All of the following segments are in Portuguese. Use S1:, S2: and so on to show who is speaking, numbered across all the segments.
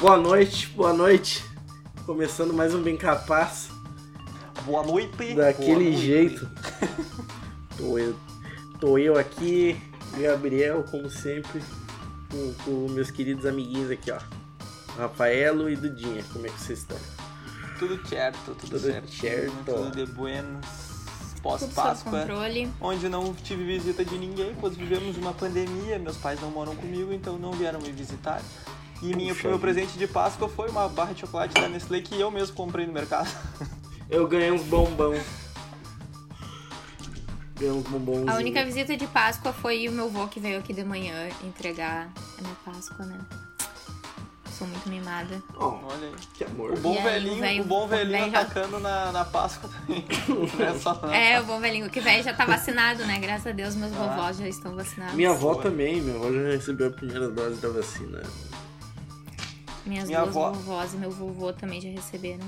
S1: Boa noite, boa noite. Começando mais um Bem Capaz,
S2: Boa noite.
S1: daquele
S2: boa noite.
S1: jeito. tô, eu, tô eu aqui, Gabriel, como sempre, com, com meus queridos amiguinhos aqui, ó. Rafaelo e Dudinha, como é que vocês estão?
S2: Tudo certo, tudo,
S1: Tudo
S2: certinho,
S1: certo.
S2: Tudo de buenos.
S3: Tudo sob
S2: Pós-Páscoa.
S3: controle.
S2: Onde não tive visita de ninguém, pois vivemos uma pandemia, meus pais não moram comigo, então não vieram me visitar. E minha,
S1: Puxa
S2: meu
S1: vida.
S2: presente de Páscoa foi uma barra de chocolate da Nestlé que eu mesmo comprei no mercado.
S1: Eu ganhei
S2: um
S1: uns bombom. Ganhei um uns bombons.
S3: A única visita de Páscoa foi o meu vô que veio aqui de manhã entregar a minha Páscoa, né? Sou muito mimada.
S1: Oh,
S2: Olha aí.
S1: que amor.
S2: O bom
S3: E aí,
S2: velhinho,
S3: o velho-
S2: o bom velhinho
S3: velho já-
S2: atacando na, na Páscoa também. Não é só
S1: Ah,
S2: na-
S3: É, o bom velhinho que velho já tá vacinado, né? Graças a Deus, meus
S2: Ah.
S3: vovós já estão vacinados.
S1: Minha avó
S2: Boa.
S1: também, minha avó já recebeu a primeira dose da vacina.
S3: Minhas
S2: minha
S3: duas
S2: avó-
S3: vovós e meu vovô também já receberam.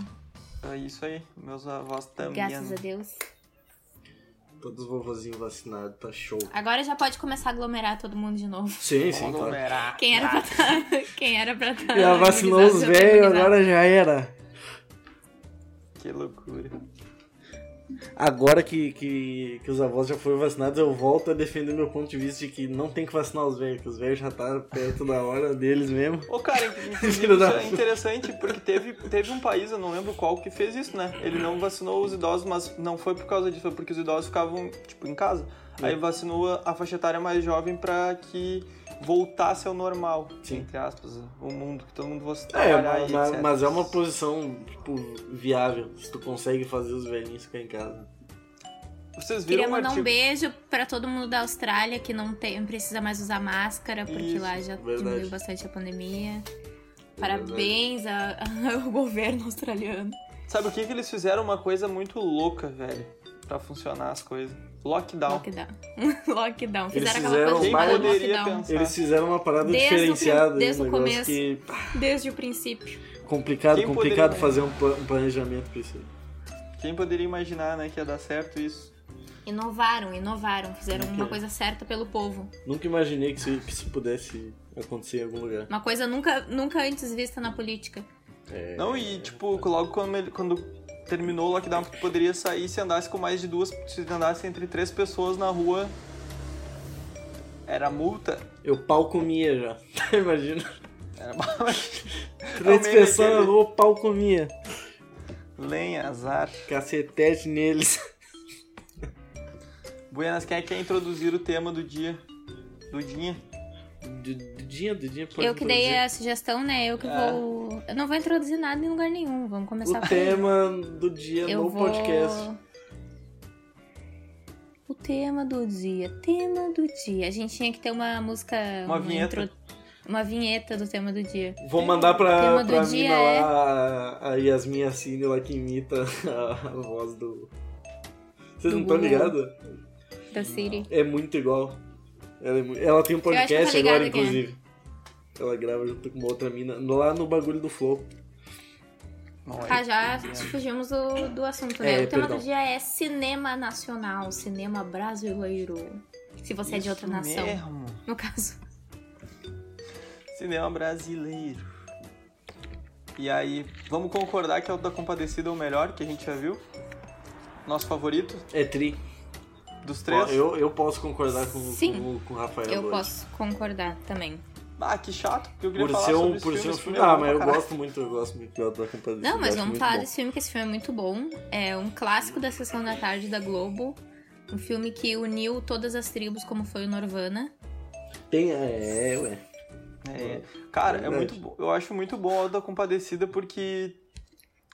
S2: É isso aí, meus avós também.
S3: Graças a Deus.
S1: Todos os vovozinhos vacinados, tá show.
S3: Agora já pode começar a aglomerar todo mundo de novo.
S1: Sim,
S2: Vamos
S1: sim,
S3: né?
S1: claro.
S2: aglomerar.
S3: Quem era pra tá... Quem era pra tá
S1: Já vacinou os
S3: imunizado, já tá
S1: velhos, né?
S3: imunizado.
S1: agora já era.
S2: Que loucura.
S1: Agora que, que, que os avós já foram vacinados, eu volto a defender meu ponto de vista de que não tem que vacinar os velhos, que os velhos já tá perto da hora deles mesmo.
S2: Ô, cara, inclusive
S1: Filho
S2: isso
S1: da
S2: é
S1: puta.
S2: interessante, porque teve, teve um país, eu não lembro qual, que fez isso, né? Ele não vacinou os idosos, mas não foi por causa disso, foi porque os idosos ficavam, tipo, em casa.
S1: É.
S2: Aí vacinou a, a faixa etária mais jovem pra que voltasse ao normal,
S1: Sim.
S2: entre aspas, o mundo, que todo mundo fosse
S1: É,
S2: trabalhar
S1: mas,
S2: e
S1: mas-
S2: etc.
S1: mas é uma posição, tipo, viável, se tu consegue fazer os velhinhos ficar em casa.
S2: Vocês viram
S3: Queria
S2: um
S3: mandar um
S2: artigo...
S3: beijo pra todo mundo da Austrália que não tem, precisa mais usar máscara, porque
S2: Isso,
S3: lá já
S1: verdade. É
S3: diminuiu bastante a pandemia. Parabéns a- ao governo australiano.
S2: Sabe o que que eles fizeram? Uma coisa muito louca, velho, pra funcionar as coisas. Lockdown.
S3: Lockdown. Lockdown.
S1: Eles
S3: Fizeram
S1: fizeram
S3: aquela
S2: Quem
S3: coisa de
S1: vários-
S2: poderia
S3: lockdown
S2: pensar?
S1: Eles fizeram uma parada
S3: Desde o prim-
S1: diferenciada, um
S3: desde o
S1: negócio
S3: começo.
S1: que
S3: desde o princípio.
S1: complicado,
S2: Quem
S1: complicado
S2: poderia-
S1: fazer um, pla- um planejamento pra isso. aí.
S2: Quem poderia imaginar, né, que ia dar certo isso?
S3: Inovaram, inovaram. Fizeram
S1: Ok.
S3: uma coisa certa pelo povo.
S1: Nunca imaginei que isso, que isso pudesse acontecer em algum lugar.
S3: Uma coisa nunca, nunca antes vista na política.
S1: É,
S2: Não, e tipo, logo quando, ele- quando terminou o lockdown, tu poderia sair se andasse com mais de duas, se andasse entre três pessoas na rua. Era multa?
S1: Eu pau comia já. Imagina.
S2: Era É
S1: Três
S2: meio
S1: pessoas na
S2: daquele-
S1: rua, o pau comia.
S2: lenha, azar.
S1: Cacetete neles.
S2: Buenas, quem é que quer introduzir o tema do dia? Do dia?
S1: Dudinha, Dudinha, pode
S3: eu que dei
S1: introduzir.
S3: a sugestão, né? Eu que
S2: É.
S3: vou. Eu não vou introduzir nada em lugar nenhum. Vamos começar
S1: O
S3: por
S1: tema do dia
S3: Eu
S1: no
S3: vou...
S1: podcast.
S3: O tema do dia, tema do dia. A gente tinha que ter uma música,
S2: Uma vinheta.
S3: uma vinheta do tema do dia.
S1: Vou mandar
S3: O
S1: pra,
S3: tema do
S1: pra
S3: dia
S1: mina
S3: é-
S1: lá, a- a Yasmin Assini lá que imita a, a voz do. Vocês
S3: Do
S1: não estão
S3: Gugu.
S1: ligados?
S3: Da Siri.
S1: É muito igual. Ela, é mu- ela tem um
S3: acho que eu tô
S1: podcast agora,
S3: ligada quem é.
S1: inclusive. Ela grava junto com uma outra mina lá no bagulho do Flow.
S2: Não,
S3: Tá, já fugimos do, do assunto, né?
S1: É,
S3: o tema
S1: perdão.
S3: do dia é cinema nacional, cinema brasileiro. Se você é de outra nação,
S2: Mesmo.
S3: no caso.
S2: Cinema brasileiro. E aí, vamos concordar que é o da Compadecida é o melhor que a gente já viu? Nosso favorito
S1: É tri.
S2: dos três?
S1: Eu, eu posso concordar com,
S3: Sim.
S1: com, o- com o Rafael.
S3: Eu
S1: hoje.
S3: posso concordar também.
S2: Ah, que chato, porque eu queria
S1: Por
S2: falar
S1: ser um,
S2: sobre esse
S1: por ser
S2: filme,
S1: um
S2: esse
S1: filme.
S2: é bom
S1: Ah, mas
S2: pra
S1: eu
S2: caralho.
S1: gosto muito, eu gosto muito do da Compadecida. eu
S3: Não, mas
S1: acho
S3: vamos
S1: muito
S3: falar
S1: bom.
S3: desse filme, que esse filme é muito bom. É um clássico da Sessão da Tarde da Globo. Um filme que uniu todas as tribos, como foi o Norvana.
S1: Tem, é, ué.
S2: É, cara, é
S1: Verdade.
S2: muito bom. Eu acho muito bom o da Compadecida porque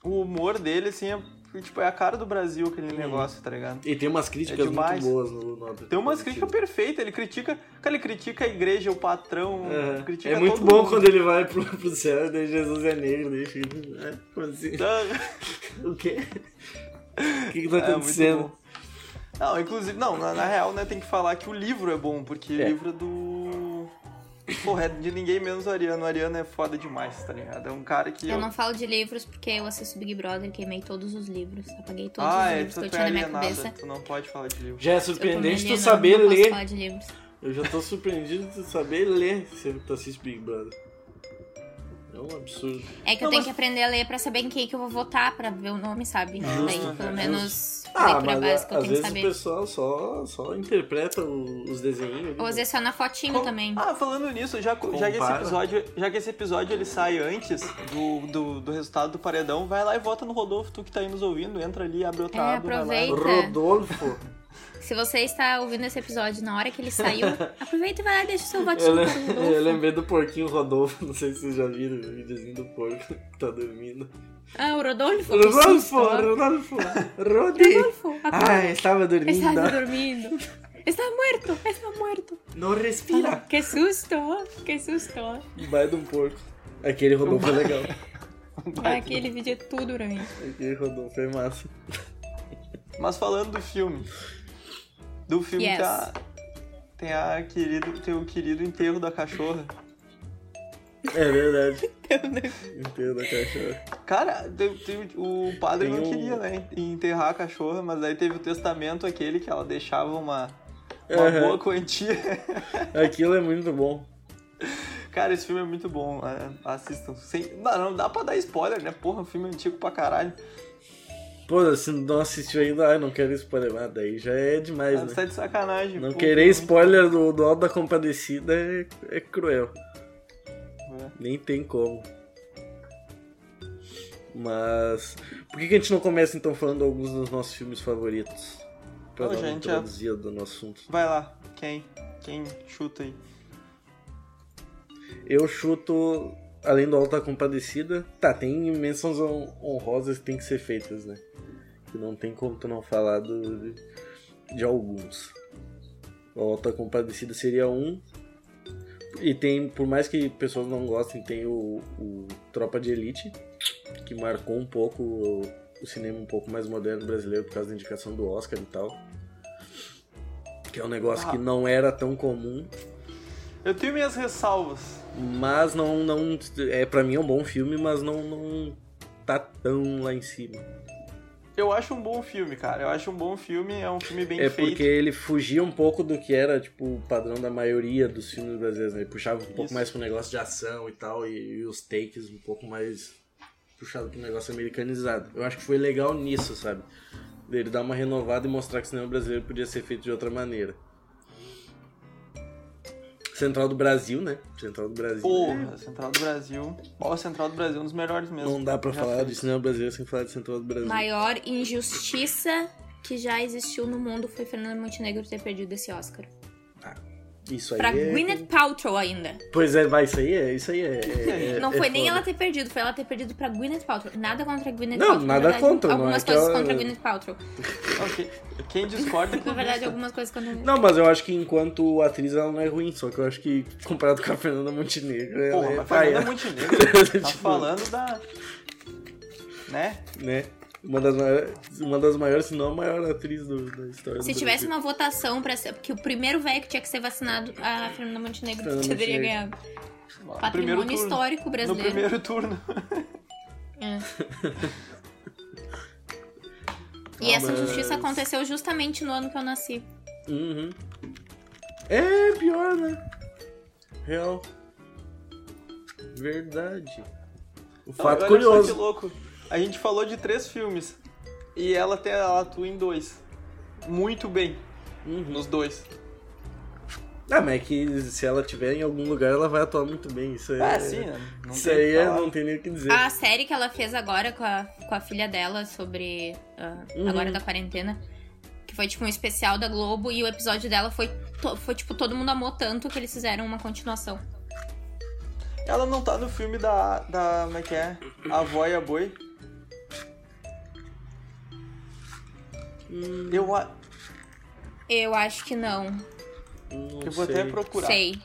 S2: o humor dele, assim, é, tipo, é a cara do Brasil, aquele
S1: Uhum.
S2: negócio, tá ligado?
S1: E tem umas críticas muito
S2: demais.
S1: boas no, tipo no da
S2: Tem umas
S1: Compadecida.
S2: críticas perfeitas, ele critica. Cara, ele critica a igreja, o patrão,
S1: Aham.
S2: critica
S1: É muito
S2: todo
S1: bom
S2: mundo.
S1: quando ele vai pro, pro céu e daí Jesus é negro, daí fica. né? Como assim?
S2: Ah,
S1: O quê? O que, que tá
S2: é, muito
S1: acontecendo?
S2: bom. Não, inclusive, não, na, na real, né, tem que falar que o livro é bom, porque
S1: É.
S2: o livro é do. Porra, é de ninguém menos o Ariano. O Ariano é foda demais, tá ligado? É um cara que.
S3: Eu não falo de livros porque eu assisto Big Brother, queimei todos os livros. Apaguei todos
S2: ah,
S3: os
S2: é,
S3: livros
S2: tu,
S3: que eu
S2: tu
S3: tinha
S2: é
S3: na minha
S2: alienada,
S3: cabeça.
S2: tu não pode falar de livro.
S1: Já é
S3: Eu tô me
S1: então tá surpreendente tu
S3: alienando,
S1: saber
S3: não
S1: ler.
S3: Posso falar de livros.
S1: tá Eu já tô surpreendido de tu saber ler se tu assiste Big Brother. É É um absurdo.
S3: É que
S2: Não,
S3: eu tenho
S2: mas-
S3: que aprender a ler pra saber em quem que eu vou votar, pra ver o nome, sabe?
S2: Justo,
S3: Daí,
S2: é,
S3: pelo
S2: justo.
S3: menos,
S1: Ah,
S3: leitura
S1: mas
S3: básica eu
S1: às
S3: tenho que
S1: vezes o
S3: saber.
S1: pessoal só, só interpreta o- os desenhos. ali,
S3: Ou às
S1: né?
S3: vezes só na fotinho
S2: Com-
S3: também.
S2: Ah, falando nisso, já, já, que esse
S1: Compara.
S2: episódio, já que esse episódio ele sai antes do, do, do resultado do paredão, vai lá e vota no Rodolfo, tu que tá aí nos ouvindo, entra ali, abre outra
S3: É,
S2: aba, vai lá.
S3: aproveita.
S1: Rodolfo.
S3: Se você está ouvindo esse episódio na hora que ele saiu, aproveita e vai lá e deixa o seu
S1: Eu, é,
S3: votinho
S1: lem-
S3: pro Rodolfo.
S1: eu lembrei do porquinho Rodolfo, não sei se vocês já viram o videozinho do porco que tá dormindo.
S3: Ah, o Rodolfo? que
S1: Rodolfo,
S3: susto.
S1: Rodolfo, Rodi.
S3: Rodolfo,
S1: Ah,
S3: acorda.
S1: estava dormindo.
S3: Estás dormindo. Está muerto, está muerto.
S1: Não respira.
S3: Que susto, que susto.
S1: Vai de um porco. Aquele Rodolfo é legal.
S3: Ah, Aquele vídeo é tudo pra mim.
S1: Aquele Rodolfo é massa.
S2: Mas falando do filme, do filme
S3: Yes.
S2: tem, a, tem, a querido, tem o querido enterro da cachorra.
S1: É verdade. Inteiro da cachorra.
S2: Cara, tem- tem- o padre
S1: Tem
S2: não
S1: um-
S2: queria, né, enterrar a cachorra, mas aí teve o testamento aquele que ela deixava uma, uma
S1: Aham.
S2: boa quantia.
S1: Aquilo é muito bom.
S2: Cara, esse filme é muito bom, é, assistam. Sem, não, não dá pra dar spoiler, né? Porra, é um filme antigo pra caralho.
S1: Pô, se não assistiu ainda, ah, não quero spoiler nada, aí já é demais,
S2: Ah,
S1: né?
S2: Tá de sacanagem.
S1: Não
S2: pô.
S1: querer spoiler do, do Alto da Compadecida é, é cruel.
S2: É.
S1: Nem tem como. Mas. Por que, que a gente não começa então falando alguns dos nossos filmes favoritos? Pra
S2: Não,
S1: dar uma
S2: gente, é.
S1: introduzida no assunto.
S2: Vai lá, quem? Quem chuta aí?
S1: Eu chuto, além do Alta Compadecida, tá, tem menções hon- honrosas que tem que ser feitas, né? Que não tem como tu não falar do, de alguns. O Alta Compadecida seria um. E tem, por mais que pessoas não gostem, tem o, o Tropa de Elite, que marcou um pouco o, o cinema um pouco mais moderno brasileiro por causa da indicação do Oscar e tal. Que é um negócio
S2: Ah.
S1: que não era tão comum.
S2: Eu tenho minhas ressalvas.
S1: Mas não, não é para mim é um bom filme, mas não, não tá tão lá em cima.
S2: Eu acho um bom filme, cara. Eu acho um bom filme, é um filme bem
S1: é
S2: feito.
S1: porque ele fugia um pouco do que era tipo o padrão da maioria dos filmes brasileiros, né? Ele puxava um pouco
S2: Isso.
S1: mais pro negócio de ação e tal e, e os takes um pouco mais puxado pro negócio americanizado. Eu acho que foi legal nisso, sabe? Ele dar uma renovada e mostrar que o cinema brasileiro podia ser feito de outra maneira. Central do Brasil, né? Central do Brasil.
S2: Porra, Central do Brasil. Ó, Central do Brasil é um dos melhores mesmo.
S1: Não dá pra
S2: Já
S1: falar
S2: fez.
S1: de cinema brasileiro sem falar de Central do Brasil.
S3: Maior injustiça que já existiu no mundo foi Fernanda Montenegro ter perdido esse Oscar.
S1: Isso aí
S3: Pra
S1: é...
S3: Gwyneth Paltrow ainda.
S1: Pois é, vai, isso aí é, isso aí é. é- é-
S3: Não
S1: é
S3: foi nem
S1: foda.
S3: ela ter perdido, foi ela ter perdido pra Gwyneth Paltrow. Nada contra a Gwyneth
S1: Não,
S3: Paltrow. na
S1: nada
S3: verdade.
S1: contra, não é
S3: Algumas
S1: que
S3: coisas
S1: ela-
S3: contra a Gwyneth Paltrow.
S2: Ok. Quem discorda é
S3: Na verdade,
S2: clubista.
S3: algumas coisas contra a
S1: Não, mas eu acho que enquanto atriz ela não é ruim, só que eu acho que comparado com a Fernanda Montenegro, ela
S2: Porra,
S1: é
S2: mas
S1: paia,
S2: Fernanda Montenegro tá
S1: Tipo-
S2: falando da... Né?
S1: né? Uma das, maiores, uma das maiores, se não a maior atriz do- da história
S3: Se
S1: do
S3: tivesse
S1: Brasil.
S3: uma votação pra ser. Porque o primeiro velho que tinha que ser vacinado, a Fernanda Montenegro
S1: Fernanda
S3: teria
S1: Montenegro.
S3: ganhado.
S2: Primeiro
S3: Patrimônio
S2: turno.
S3: histórico
S2: No
S3: brasileiro.
S2: primeiro turno.
S3: É. E
S1: Ah,
S3: essa
S1: mas-
S3: injustiça aconteceu justamente no ano que eu nasci.
S1: Uhum. É pior, né? Real. Verdade. O fato
S2: Olha só
S1: curioso.
S2: que louco. A gente falou de três filmes. E ela, tem, ela atua em dois. Muito bem.
S1: Uhum.
S2: Nos dois.
S1: Ah, mas é que se ela tiver em algum lugar, ela vai atuar muito bem. Isso é.
S2: Ah, sim. né? Não
S1: Isso
S2: tem o
S1: aí
S2: que
S1: é,
S2: falar.
S1: não tem nem o que dizer.
S3: A série que ela fez agora com a, com a filha dela sobre. ah,
S1: Uhum.
S3: Agora da quarentena. Que foi tipo um especial da Globo e o episódio dela foi, to- foi tipo, todo mundo amou tanto que eles fizeram uma continuação.
S2: Ela não tá no filme da. da como é que é? A Vó e a Boi.
S1: Hum,
S2: Eu, a-
S3: Eu acho que não.
S1: Não
S2: eu vou
S1: sei.
S2: até procurar.
S3: Sei.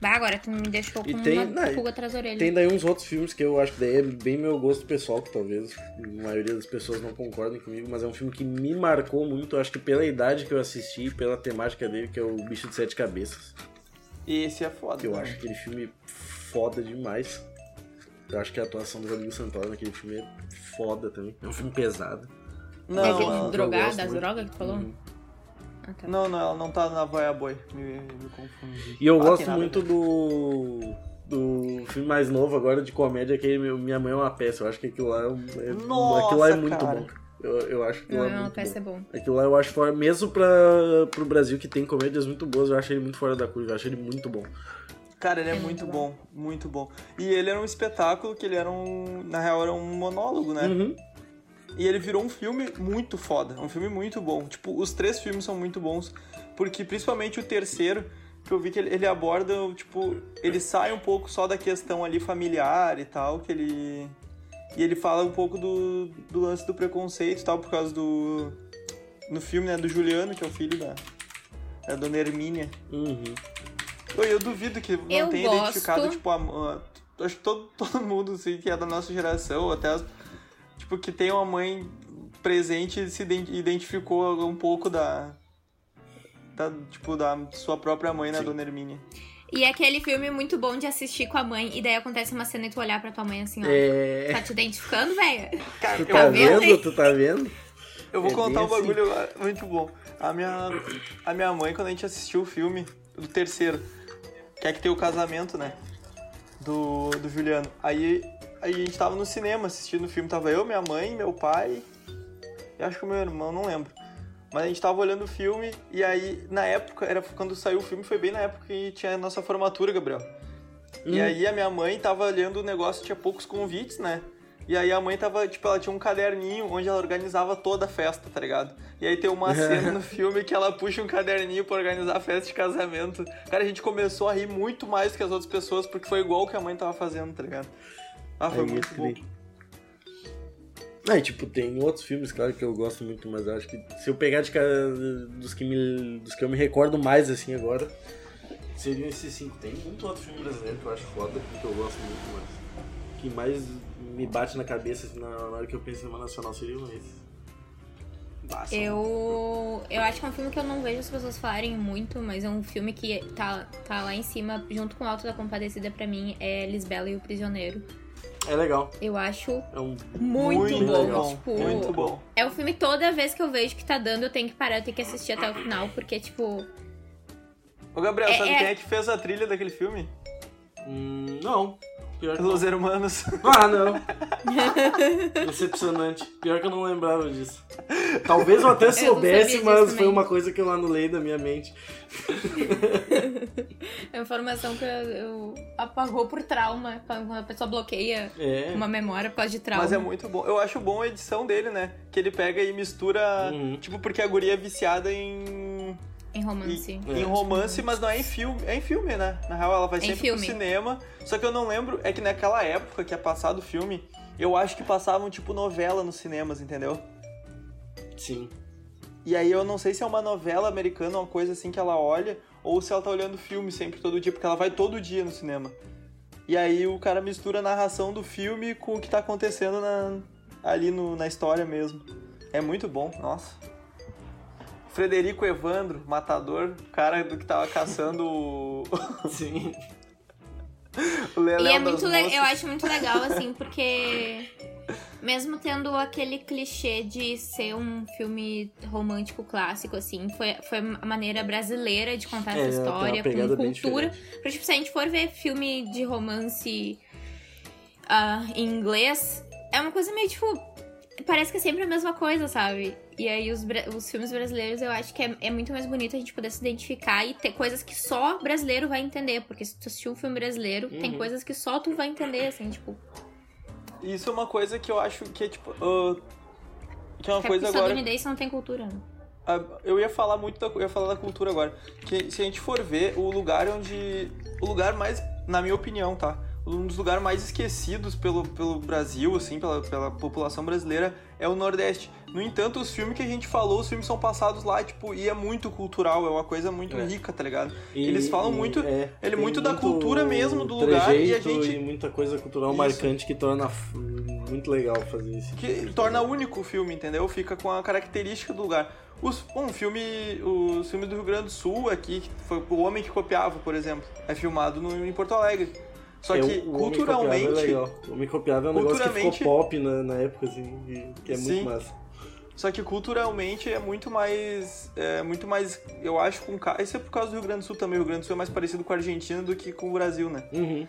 S3: Bah, agora tu me deixou com
S1: E tem-
S3: uma
S1: não, e-
S3: pulga atrás da orelha.
S1: Tem daí uns outros filmes que eu acho que daí é bem meu gosto pessoal, que talvez a maioria das pessoas não concordem comigo, mas é um filme que me marcou muito, acho que pela idade que eu assisti e pela temática dele, que é o Bicho de Sete Cabeças.
S2: Esse é foda.
S1: Que eu
S2: né?
S1: acho aquele filme foda demais. Eu acho que a atuação do Rodrigo Santoro naquele filme é foda também. É um filme pesado.
S2: Não,
S3: é aquele
S1: eu
S2: ela,
S1: gosto
S3: drogado, das
S1: muito.
S3: drogas que tu falou?
S1: Uhum.
S3: Ah, tá.
S2: não, não, ela não tá na Vó e a Boi. Me, me confundi.
S1: E eu
S2: Ah, tem
S1: gosto
S2: nada a
S1: muito
S2: ver.
S1: do. do filme mais novo agora de comédia, que é meu- Minha Mãe é uma Peça. Eu acho que aquilo lá é, um- é-
S2: Nossa,
S1: aquilo lá é muito
S2: cara.
S1: bom. Eu, eu acho que aquilo
S3: Não,
S1: lá é
S3: não,
S1: muito
S3: o PS
S1: bom.
S3: é bom.
S1: Aquilo lá eu acho fora, mesmo pra, pro Brasil que tem comédias muito boas, eu acho ele muito fora da curva, eu acho ele muito bom.
S2: Cara, ele é,
S3: É
S2: muito,
S3: muito
S2: bom. muito bom. E ele era um espetáculo que ele era um. Na real, era um monólogo, né?
S1: Uhum.
S2: E ele virou um filme muito foda, um filme muito bom. Tipo, os três filmes são muito bons, porque principalmente o terceiro, que eu vi que ele, ele aborda, tipo, ele sai um pouco só da questão ali familiar e tal, que ele. E ele fala um pouco do, do lance do preconceito e tal, por causa do. No filme, né, do Juliano, que é o filho da. Da dona Hermínia.
S1: Uhum.
S2: Oi, eu duvido que não
S3: Eu
S2: tenha
S3: gosto.
S2: identificado, tipo, a, a- acho que todo, todo mundo, assim, que é da nossa geração, até as, tipo, que tem uma mãe presente e se iden- identificou um pouco da, da, tipo, da sua própria mãe, né,
S1: Sim.
S2: Dona Hermínia.
S3: E é aquele filme muito bom de assistir com a mãe, e daí acontece uma cena e tu olhar pra tua mãe assim, ó.
S1: É.
S3: Tá te identificando, velho?
S2: Cara,
S1: Tu
S2: eu,
S1: tá
S3: Tá vendo,
S1: vendo?
S3: hein?
S1: Tu tá vendo?
S2: eu vou
S1: é
S2: contar um
S1: bem assim.
S2: bagulho agora, muito bom. A minha, a minha mãe, quando a gente assistiu o filme do terceiro, que é que tem o casamento, né, do, do Juliano, aí, aí a gente tava no cinema assistindo o filme, tava eu, minha mãe, meu pai, Eu acho que o meu irmão, não lembro. Mas a gente tava olhando o filme e aí, na época, era quando saiu o filme, foi bem na época que tinha a nossa formatura, Gabriel. E
S1: Hum.
S2: aí a minha mãe tava olhando o negócio, tinha poucos convites, né? E aí a mãe tava, tipo, ela tinha um caderninho onde ela organizava toda a festa, tá ligado? E aí tem
S1: É.
S2: uma cena no filme que ela puxa um caderninho pra organizar a festa de casamento. Cara, a gente começou a rir muito mais que as outras pessoas, porque foi igual o que a mãe tava fazendo, tá ligado? Ah, foi
S1: É
S2: muito bom.
S1: incrível. Ah, e, tipo, tem outros filmes, claro, que eu gosto muito, mas eu acho que se eu pegar de cara dos que, me, dos que eu me recordo mais, assim, agora, seriam esses cinco. Tem muito outro filme brasileiro que eu acho foda, que eu gosto muito, mas que mais me bate na cabeça, assim, na hora que eu penso em uma nacional, seriam esses.
S2: Nossa,
S3: Eu. Eu acho que é um filme que eu não vejo as pessoas falarem muito, mas é um filme que tá, tá lá em cima, junto com o Alto da Compadecida pra mim, é Lisbela e o Prisioneiro.
S1: É legal,
S3: Eu acho
S1: é um...
S3: muito, bom.
S1: legal,
S3: Tipo,
S2: muito bom.
S3: é um filme toda vez que eu vejo que tá dando, eu tenho que parar, eu tenho que assistir até o final, porque, tipo,
S2: Ô, Gabriel,
S3: É-
S2: sabe
S3: é-
S2: quem é que fez a trilha daquele filme?
S1: Hum, não. Pior que...
S2: Los Hermanos.
S1: Ah, não. Decepcionante. Pior que eu não lembrava disso. Talvez eu até
S3: sabia
S1: soubesse,
S3: disso
S1: mas foi
S3: também.
S1: uma coisa que eu anulei da minha mente.
S3: é uma informação que eu, eu- apagou por trauma. Quando a pessoa bloqueia
S1: É.
S3: uma memória por causa de trauma.
S2: Mas é muito bom. Eu acho bom a edição dele, né? Que ele pega e mistura.
S1: Uhum.
S2: Tipo, porque a guria é viciada em.
S3: Em romance.
S2: em-
S1: É.
S2: Em romance, mas não é em filme. É em filme, né? Na real, ela vai
S3: É em
S2: sempre pro
S3: filme.
S2: cinema. Só que eu não lembro. É que naquela época que é passado o filme, eu acho que passavam, tipo, novela nos cinemas, entendeu?
S1: Sim.
S2: E aí eu não sei se é uma novela americana, uma coisa assim que ela olha, ou se ela tá olhando filme sempre todo dia, porque ela vai todo dia no cinema. E aí o cara mistura a narração do filme com o que tá acontecendo na- ali no- na história mesmo. É muito bom, nossa. Frederico Evandro, matador, cara do que tava caçando o,
S1: Sim.
S2: o Leléu
S3: E é
S2: das
S3: muito le-
S2: moças.
S3: eu acho muito legal, assim, porque mesmo tendo aquele clichê de ser um filme romântico clássico, assim, foi, foi a maneira brasileira de contar
S1: É,
S3: essa
S1: tem uma
S3: história,
S1: pegada
S3: com
S1: bem
S3: cultura. Porque, tipo, se a gente for ver filme de romance ah, em inglês, é uma coisa meio tipo. Parece que é sempre a mesma coisa, sabe? E aí os, bra- os filmes brasileiros eu acho que é, é muito mais bonito a gente poder se identificar e ter coisas que só brasileiro vai entender. Porque se tu assistir um filme brasileiro, tem
S1: Uhum.
S3: coisas que só tu vai entender, assim, tipo,
S2: Isso é uma coisa que eu acho que é tipo. ah, que é uma
S3: que
S2: coisa agora.
S3: estadunidense não tem cultura, né?
S2: Ah, Eu ia falar muito da, eu ia falar da cultura agora. Que se a gente for ver o lugar onde. O lugar mais, na minha opinião, tá? Um dos lugares mais esquecidos pelo, pelo Brasil, assim, pela, pela população brasileira, é o Nordeste. No entanto, os filmes que a gente falou, os filmes são passados lá, tipo, e é muito cultural, é uma coisa muito
S1: É.
S2: rica, tá ligado?
S1: E-
S2: Eles falam muito-
S1: é,
S2: ele
S1: tem
S2: muito da cultura mesmo do lugar,
S1: trejeito
S2: e a gente-
S1: e muita coisa cultural
S2: Isso.
S1: marcante que torna f- muito legal fazer isso.
S2: Que torna único o filme, entendeu? Fica com a característica do lugar. Os, bom, o filme, os filmes do Rio Grande do Sul aqui, que foi o Homem que Copiava, por exemplo, é filmado no, em Porto Alegre. Só
S1: É,
S2: que
S1: o- o Homem
S2: culturalmente,
S1: Copiável é legal. O Homem Copiável é um negócio que
S2: culturalmente-
S1: ficou pop na, na época, assim, e- que é muito
S2: Sim.
S1: massa.
S2: só que culturalmente é muito mais, é muito mais, eu acho com ca- isso é por causa do Rio Grande do Sul também. O Rio Grande do Sul é mais parecido com a Argentina do que com o Brasil, né?
S1: Uhum.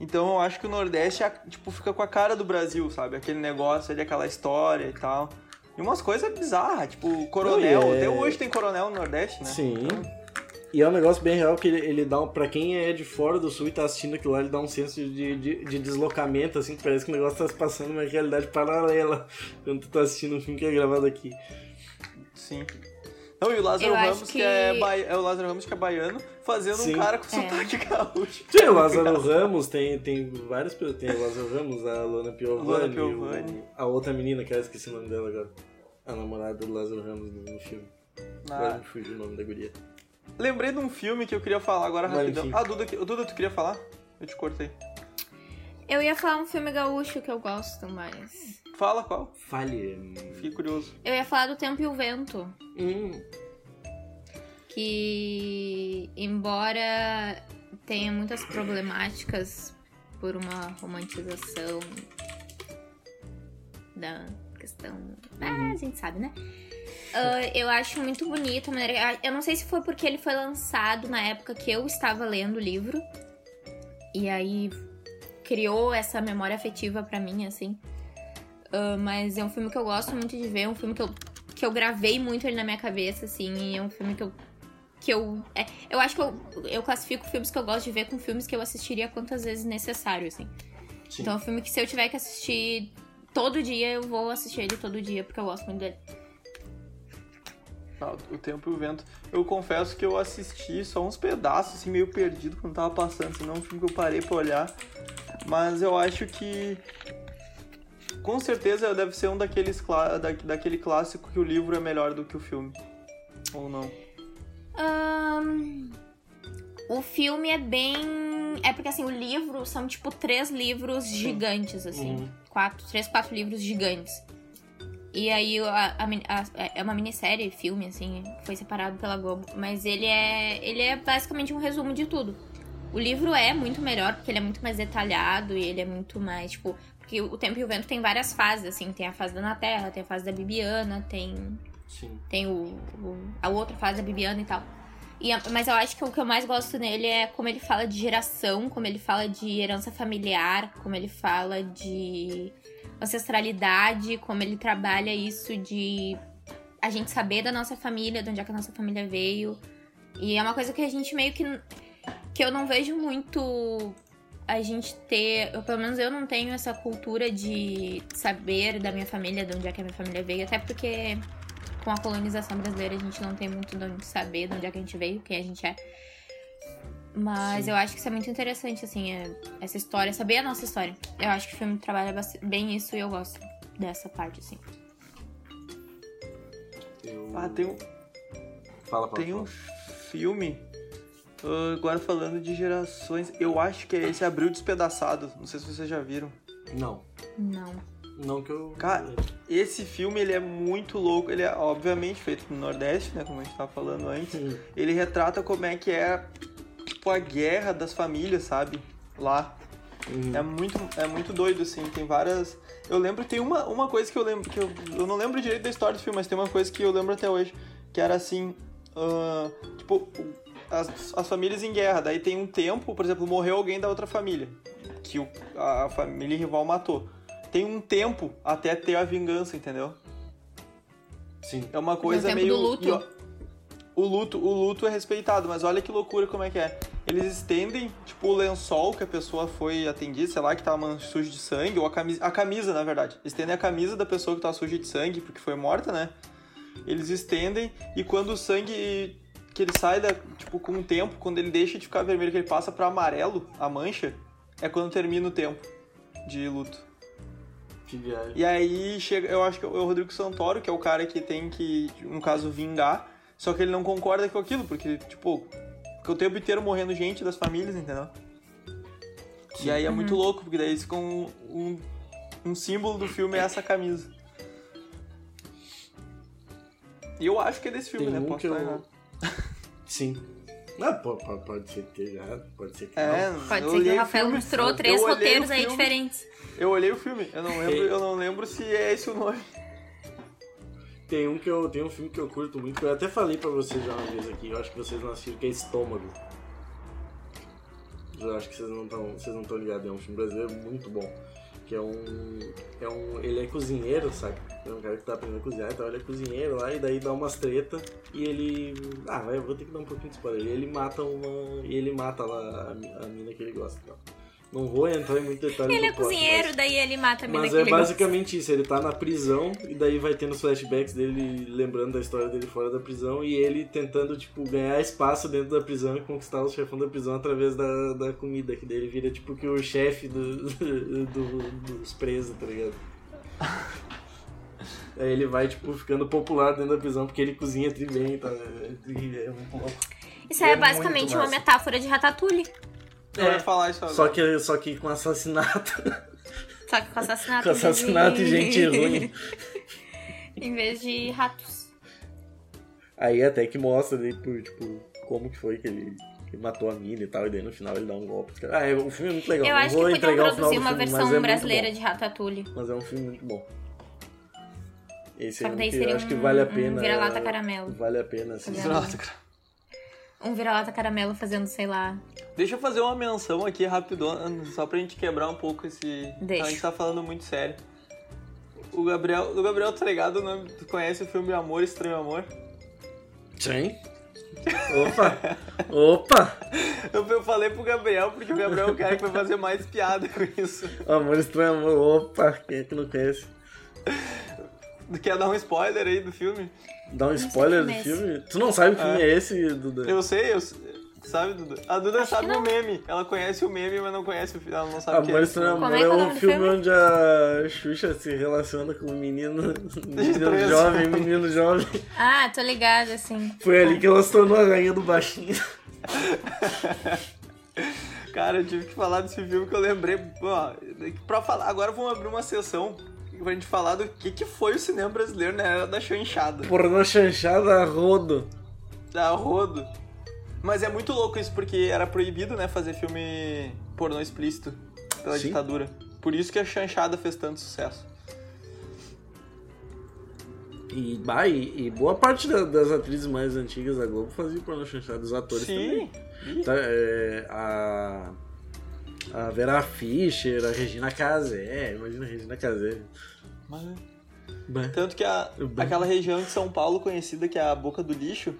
S2: Então eu acho que o Nordeste, é, tipo, fica com a cara do Brasil, sabe? Aquele negócio ali, aquela história e tal. E umas coisas bizarras, tipo, coronel.
S1: Não, e é-
S2: Até hoje tem coronel no Nordeste, né?
S1: Sim. E é um negócio bem real que ele, ele dá, um- pra quem é de fora do sul e tá assistindo aquilo lá, ele dá um senso de, de, de deslocamento, assim, que parece que o negócio tá se passando uma realidade paralela quando tu tá assistindo um filme que é gravado aqui.
S2: Sim. Não, e o Lázaro
S3: Eu acho
S2: Ramos, que... é,
S3: que-
S2: bai- é o Lázaro Ramos que é baiano, fazendo
S1: Sim.
S2: um cara com
S3: É.
S2: sotaque gaúcho.
S1: Tem o Lázaro Ramos, tem, tem várias pessoas. Tem o Lázaro Ramos, a Lona Piovani,
S2: Luana Piovani.
S1: o- a outra menina, que eu esqueci o nome dela agora. A namorada do Lázaro Ramos no, no filme. Agora
S2: Ah,
S1: me fugiu o nome da guria.
S2: lembrei de um filme que eu queria falar agora
S1: Vai,
S2: rapidão.
S1: enfim.
S2: Ah, Duda, que- Duda, tu queria falar? Eu te cortei.
S3: Eu ia falar um filme gaúcho que eu gosto, mas.
S2: Fala qual?
S1: Fale.
S2: Fiquei curioso.
S3: Eu ia falar do Tempo e o Vento.
S1: Hum,
S3: que embora tenha muitas problemáticas por uma romantização da questão. Ah, a gente sabe, né? Ah, eu acho muito bonito a maneira. Eu não sei se foi porque ele foi lançado na época que eu estava lendo o livro. E aí criou essa memória afetiva pra mim, assim. Ah, mas é um filme que eu gosto muito de ver, é um filme que eu que eu gravei muito ele na minha cabeça, assim, e é um filme que eu. Que eu, é, eu acho que eu, eu classifico filmes que eu gosto de ver com filmes que eu assistiria quantas vezes necessário, assim.
S1: Sim.
S2: tá.
S3: Então é um filme que se eu tiver que assistir todo dia, eu vou assistir ele todo dia, porque eu gosto muito dele.
S2: Ah, o Tempo e o Vento. Eu confesso que eu assisti só uns pedaços, assim, meio perdido quando tava passando, senão é um filme que eu parei pra olhar. Mas eu acho que. Com certeza deve ser um daqueles clá- da- daquele clássico que o livro é melhor do que o filme. Ou não?
S3: Ahn, o filme é bem. É porque assim, o livro são tipo três livros gigantes, assim.
S1: Uhum.
S3: Quatro, três, quatro livros gigantes. E aí a- a mini- a- é uma minissérie, filme, assim, foi separado pela Globo. Mas ele é. Ele é basicamente um resumo de tudo. O livro é muito melhor, porque ele é muito mais detalhado e ele é muito mais, tipo. Porque o Tempo e o Vento tem várias fases, assim, tem a fase da Ana Terra, tem a fase da Bibiana, tem
S1: sim.
S3: tem o, o- a outra fase, a Bibiana e tal. E a- mas eu acho que o que eu mais gosto nele é como ele fala de geração, como ele fala de herança familiar, como ele fala de ancestralidade, como ele trabalha isso de a gente saber da nossa família, de onde é que a nossa família veio. E é uma coisa que a gente meio que. n- que eu não vejo muito a gente ter. Eu, pelo menos eu não tenho essa cultura de saber da minha família, de onde é que a minha família veio, até porque com a colonização brasileira a gente não tem muito de onde saber de onde é que a gente veio, quem a gente é. Mas eu acho que isso é muito interessante, assim, é- essa história, saber a nossa história. Eu acho que o filme trabalha bast- bem isso e eu gosto dessa parte, assim.
S1: Eu...
S2: Ah, tem um,
S1: Fala, fala,
S2: tem
S1: fala.
S2: um filme. ah, agora falando de gerações. Eu acho que é esse Abril Despedaçado. Não sei se vocês já viram.
S1: Não.
S3: Não.
S1: Não que eu.
S2: Cara, Esse filme ele é muito louco. Ele é obviamente feito no Nordeste, né? Como a gente tava falando antes.
S1: Sim.
S2: Ele retrata como é que é tipo a guerra das famílias, sabe? Lá.
S1: Uhum.
S2: É muito, é muito doido, assim. Tem várias. Eu lembro, tem uma, uma coisa que eu lembro. Que eu, eu não lembro direito da história do filme, mas tem uma coisa que eu lembro até hoje. Que era assim. ah, tipo, o- as, as famílias em guerra. Daí tem um tempo, por exemplo, morreu alguém da outra família. Que o- a, a família rival matou. Tem um tempo até ter a vingança, entendeu?
S1: Sim.
S2: É uma coisa
S3: tempo
S2: meio.
S3: do luto.
S2: e, ó, o luto. O luto é respeitado, mas olha que loucura como é que é. Eles estendem, tipo, o lençol que a pessoa foi atendida, sei lá, que tava man- sujo de sangue, ou a camisa, a camisa, na verdade. Estendem a camisa da pessoa que tava suja de sangue, porque foi morta, né? Eles estendem e quando o sangue que ele sai da, tipo, com o tempo, quando ele deixa de ficar vermelho, que ele passa pra amarelo, a mancha, é quando termina o tempo de luto.
S1: Que viagem.
S2: E aí chega, eu acho que é o Rodrigo Santoro, que é o cara que tem que, no caso, vingar. Só que ele não concorda com aquilo, porque, tipo, fica o tempo inteiro morrendo gente das famílias, entendeu? E aí é muito
S3: Uhum.
S2: louco, porque daí fica um, um, um símbolo do filme é essa camisa. E eu acho que é desse filme,
S1: Tem
S2: né?
S1: um
S2: Posso
S1: que eu-
S2: estar errado.
S1: Sim. Ah, po- po- pode, ser que esteja errado, pode ser que
S2: É,
S1: não.
S3: Pode
S2: eu
S3: ser que
S2: olhei
S3: o Rafael
S2: filme,
S3: mostrou
S2: eu
S3: três
S2: olhei o
S3: roteiros aí
S2: filme,
S3: diferentes.
S2: Eu olhei o filme, eu não lembro, eu não lembro se é esse o nome.
S1: Tem um, que eu, tem um filme que eu curto muito, que eu até falei pra vocês já uma vez aqui, eu acho que vocês não assistiram, que é Estômago. eu acho que vocês não estão, vocês não estão ligados, é um filme brasileiro muito bom. Que é um, é um, ele é cozinheiro, sabe? É um cara que tá aprendendo a cozinhar, então ele é cozinheiro lá e daí dá umas treta e ele, ah, vai, eu vou ter que dar um pouquinho de spoiler. Ele mata uma, e ele mata lá a, mi- a mina que ele gosta, então. Não vou entrar em muito detalhe
S3: Ele
S1: do
S3: é
S1: plot,
S3: cozinheiro,
S1: mas-
S3: daí ele mata a mina
S1: mas
S3: que
S1: é
S3: ele gosta.
S1: basicamente isso, ele tá na prisão e daí vai tendo os flashbacks dele lembrando da história dele fora da prisão e ele tentando, tipo, ganhar espaço dentro da prisão e conquistar o chefão da prisão através da, da comida, que daí ele vira tipo que o chefe do- do- dos presos, tá ligado? Aí ele vai, tipo, ficando popular dentro da prisão porque ele cozinha tri bem, tá? E é muito louco.
S3: Isso é,
S1: é muito
S3: basicamente uma
S1: massa.
S3: metáfora de ratatouille.
S2: Eu ia falar isso
S1: É. Só
S2: agora.
S1: que, só que com assassinato.
S3: Só que com assassinato.
S1: com
S3: em vez de-
S1: assassinato e gente ruim.
S3: em vez de ratos.
S1: Aí até que mostra ali por, tipo, como que foi que ele, que matou a mina e tal, e daí no final ele dá um golpe. Cara, Ah, é, o filme é muito legal.
S3: Eu
S1: não
S3: acho que
S1: vou
S3: podiam
S1: entregar o final
S3: produzir
S1: do
S3: uma
S1: filme,
S3: versão
S1: mas é
S3: brasileira
S1: muito
S3: de ratatouille.
S1: bom. Mas é um filme muito bom. Esse
S3: Só
S1: é
S3: que
S1: um
S3: daí
S1: que
S3: seria
S1: eu
S3: um,
S1: acho que vale a pena.
S3: um vira-lata caramelo.
S1: Vale a pena assistir.
S3: Vira-lata.
S2: Droga.
S3: Um vira-lata caramelo fazendo, sei lá.
S2: Deixa eu fazer uma menção aqui rapidona, só pra gente quebrar um pouco esse.
S3: Deixa.
S2: A gente tá falando muito sério. O Gabriel, o Gabriel tá ligado, o nome- tu conhece o filme Amor, Estranho Amor?
S1: Sim. Opa! Opa!
S2: Eu, eu falei pro Gabriel, porque o Gabriel é o cara que vai fazer mais piada com isso.
S1: Amor estranho, amor. Opa! Quem é que não conhece?
S2: Quer dar um spoiler aí do filme?
S1: Dá um
S3: sei
S1: spoiler do
S3: que filme é
S1: filme? Tu não sabe que filme é esse, Duda?
S2: Eu sei, eu. Sabe, Duda? A Duda
S3: Acho que
S2: sabe
S3: não.
S2: o meme. Ela conhece o meme, mas não conhece o filme. Ela não sabe o que
S1: Amor
S2: é.
S1: Estranho
S3: Como
S1: Amor
S3: é que
S1: é
S3: é o
S1: um
S3: nome do
S1: filme,
S3: filme?
S1: onde a Xuxa se relaciona com um menino, menino
S2: três
S1: jovem, um
S2: anos.
S1: menino jovem.
S3: Ah, tô ligada, assim.
S1: Foi ali que ela se tornou a rainha do baixinho.
S2: Cara, eu tive que falar desse filme que eu lembrei. Ó, pra falar, agora vamos abrir uma sessão pra gente falar do que, que foi o cinema brasileiro na era da chanchada.
S1: Pornô chanchada a rodo.
S2: Da rodo. Mas é muito louco isso, porque era proibido, né, fazer filme pornô explícito pela
S1: Sim.
S2: ditadura. Por isso que a chanchada fez tanto sucesso.
S1: E, bah, e, e boa parte da- das atrizes mais antigas da Globo fazia pornô chanchada, os atores também.
S2: Sim.
S1: Tá, é, a, a Vera Fischer, a Regina Casé, imagina a Regina Casé.
S2: Mas- é.
S1: Bah.
S2: Tanto que a-
S1: Eu bem-
S2: aquela região de São Paulo conhecida que é a Boca do Lixo,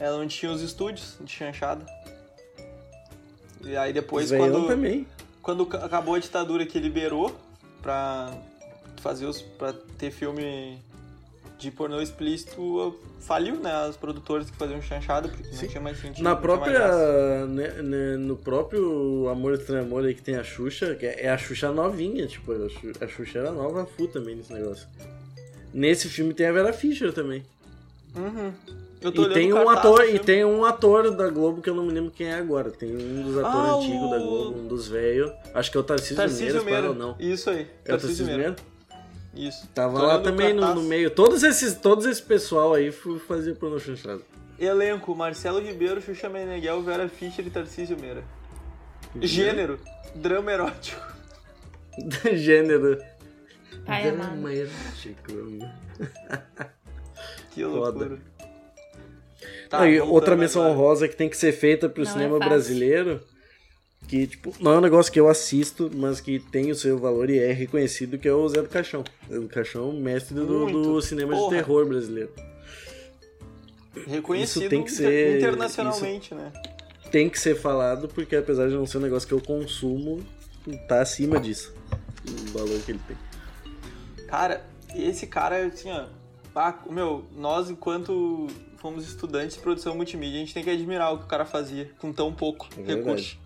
S2: ela não tinha os estúdios de chanchada. E aí depois,
S1: Os veião
S2: quando,
S1: também.
S2: quando ca- acabou a ditadura que liberou pra fazer os para ter filme de pornô explícito, faliu, né, os produtores que faziam chanchada, porque
S1: Sim.
S2: não tinha mais sentido.
S1: Na
S2: não tinha mais graça.
S1: própria. né, né, no próprio Amor Estranho Amor aí que tem a Xuxa, que é é a Xuxa novinha, tipo, a Xu- a Xuxa era nova full também nesse negócio. Nesse filme tem a Vera Fischer também.
S2: Uhum. Eu tô
S1: E
S2: olhando
S1: tem
S2: o
S1: um
S2: cartaz do
S1: ator, e
S2: filme.
S1: tem um ator da Globo que eu não me lembro quem é agora. Tem um dos atores
S2: Ah,
S1: antigos
S2: o-
S1: da Globo, um dos velhos. Acho que é o Tarcísio,
S2: Tarcísio
S1: Tarcísio Meira, ou
S2: Meira.
S1: não.
S2: Isso aí.
S1: É o Tarcísio Meira?
S2: Isso.
S1: Tava
S2: Tô
S1: lá
S2: olhando o
S1: também no, no
S2: cartaz.
S1: meio. Todos esses, todos esse pessoal aí fu- fazia pornô chanchado.
S2: Elenco, Marcelo Ribeiro, Xuxa Meneghel, Vera Fischer e Tarcísio Meira. Gênero, drama erótico.
S1: Gênero.
S3: Pai amado.
S1: Drama erótico.
S2: Que
S1: Foda.
S2: loucura.
S1: Aí,
S2: Tá, voltando
S1: outra menção
S2: agora.
S1: honrosa que tem que ser feita pro
S3: Não é
S1: cinema
S3: fácil.
S1: brasileiro, que tipo, não é um negócio que eu assisto, mas que tem o seu valor e é reconhecido, que é o Zé do Caixão. Zé do Caixão, mestre do,
S2: Muito.
S1: do cinema
S2: Porra.
S1: de terror brasileiro.
S2: Reconhecido
S1: Isso tem que
S2: inter-
S1: ser-
S2: internacionalmente, né?
S1: Tem que ser falado, porque apesar de não ser um negócio que eu consumo, tá acima disso. O valor que ele tem.
S2: Cara, esse cara, assim, ó. ah, meu, nós, enquanto fomos estudantes de produção multimídia, a gente tem que admirar o que o cara fazia com tão pouco
S1: É verdade.
S2: recurso.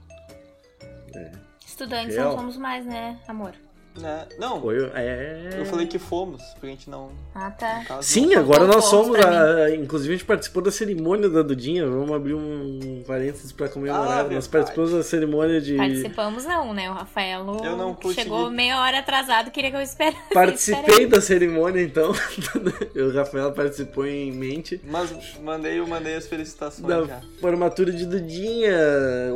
S3: Estudantes
S1: Real.
S3: não somos mais, né, amor?
S2: Né? Não,
S1: Foi, é...
S2: eu falei que fomos, porque a gente não.
S3: Ah, tá.
S2: no caso, não
S1: Sim,
S3: Faltou
S1: agora nós
S3: pontos
S1: somos.
S3: pra
S1: a- inclusive, a gente participou da cerimônia da Dudinha. Vamos abrir um parênteses pra
S2: Ah,
S1: comemorar. nós
S2: verdade.
S1: participamos da cerimônia de.
S3: Participamos não, né? O Rafael
S2: Eu não consegui.
S3: chegou meia hora atrasado, queria que eu esperasse.
S1: Participei
S3: Espera
S1: da cerimônia, então. o Rafael participou em mente.
S2: Mas mandei, eu mandei as felicitações
S1: Da
S2: já.
S1: formatura de Dudinha.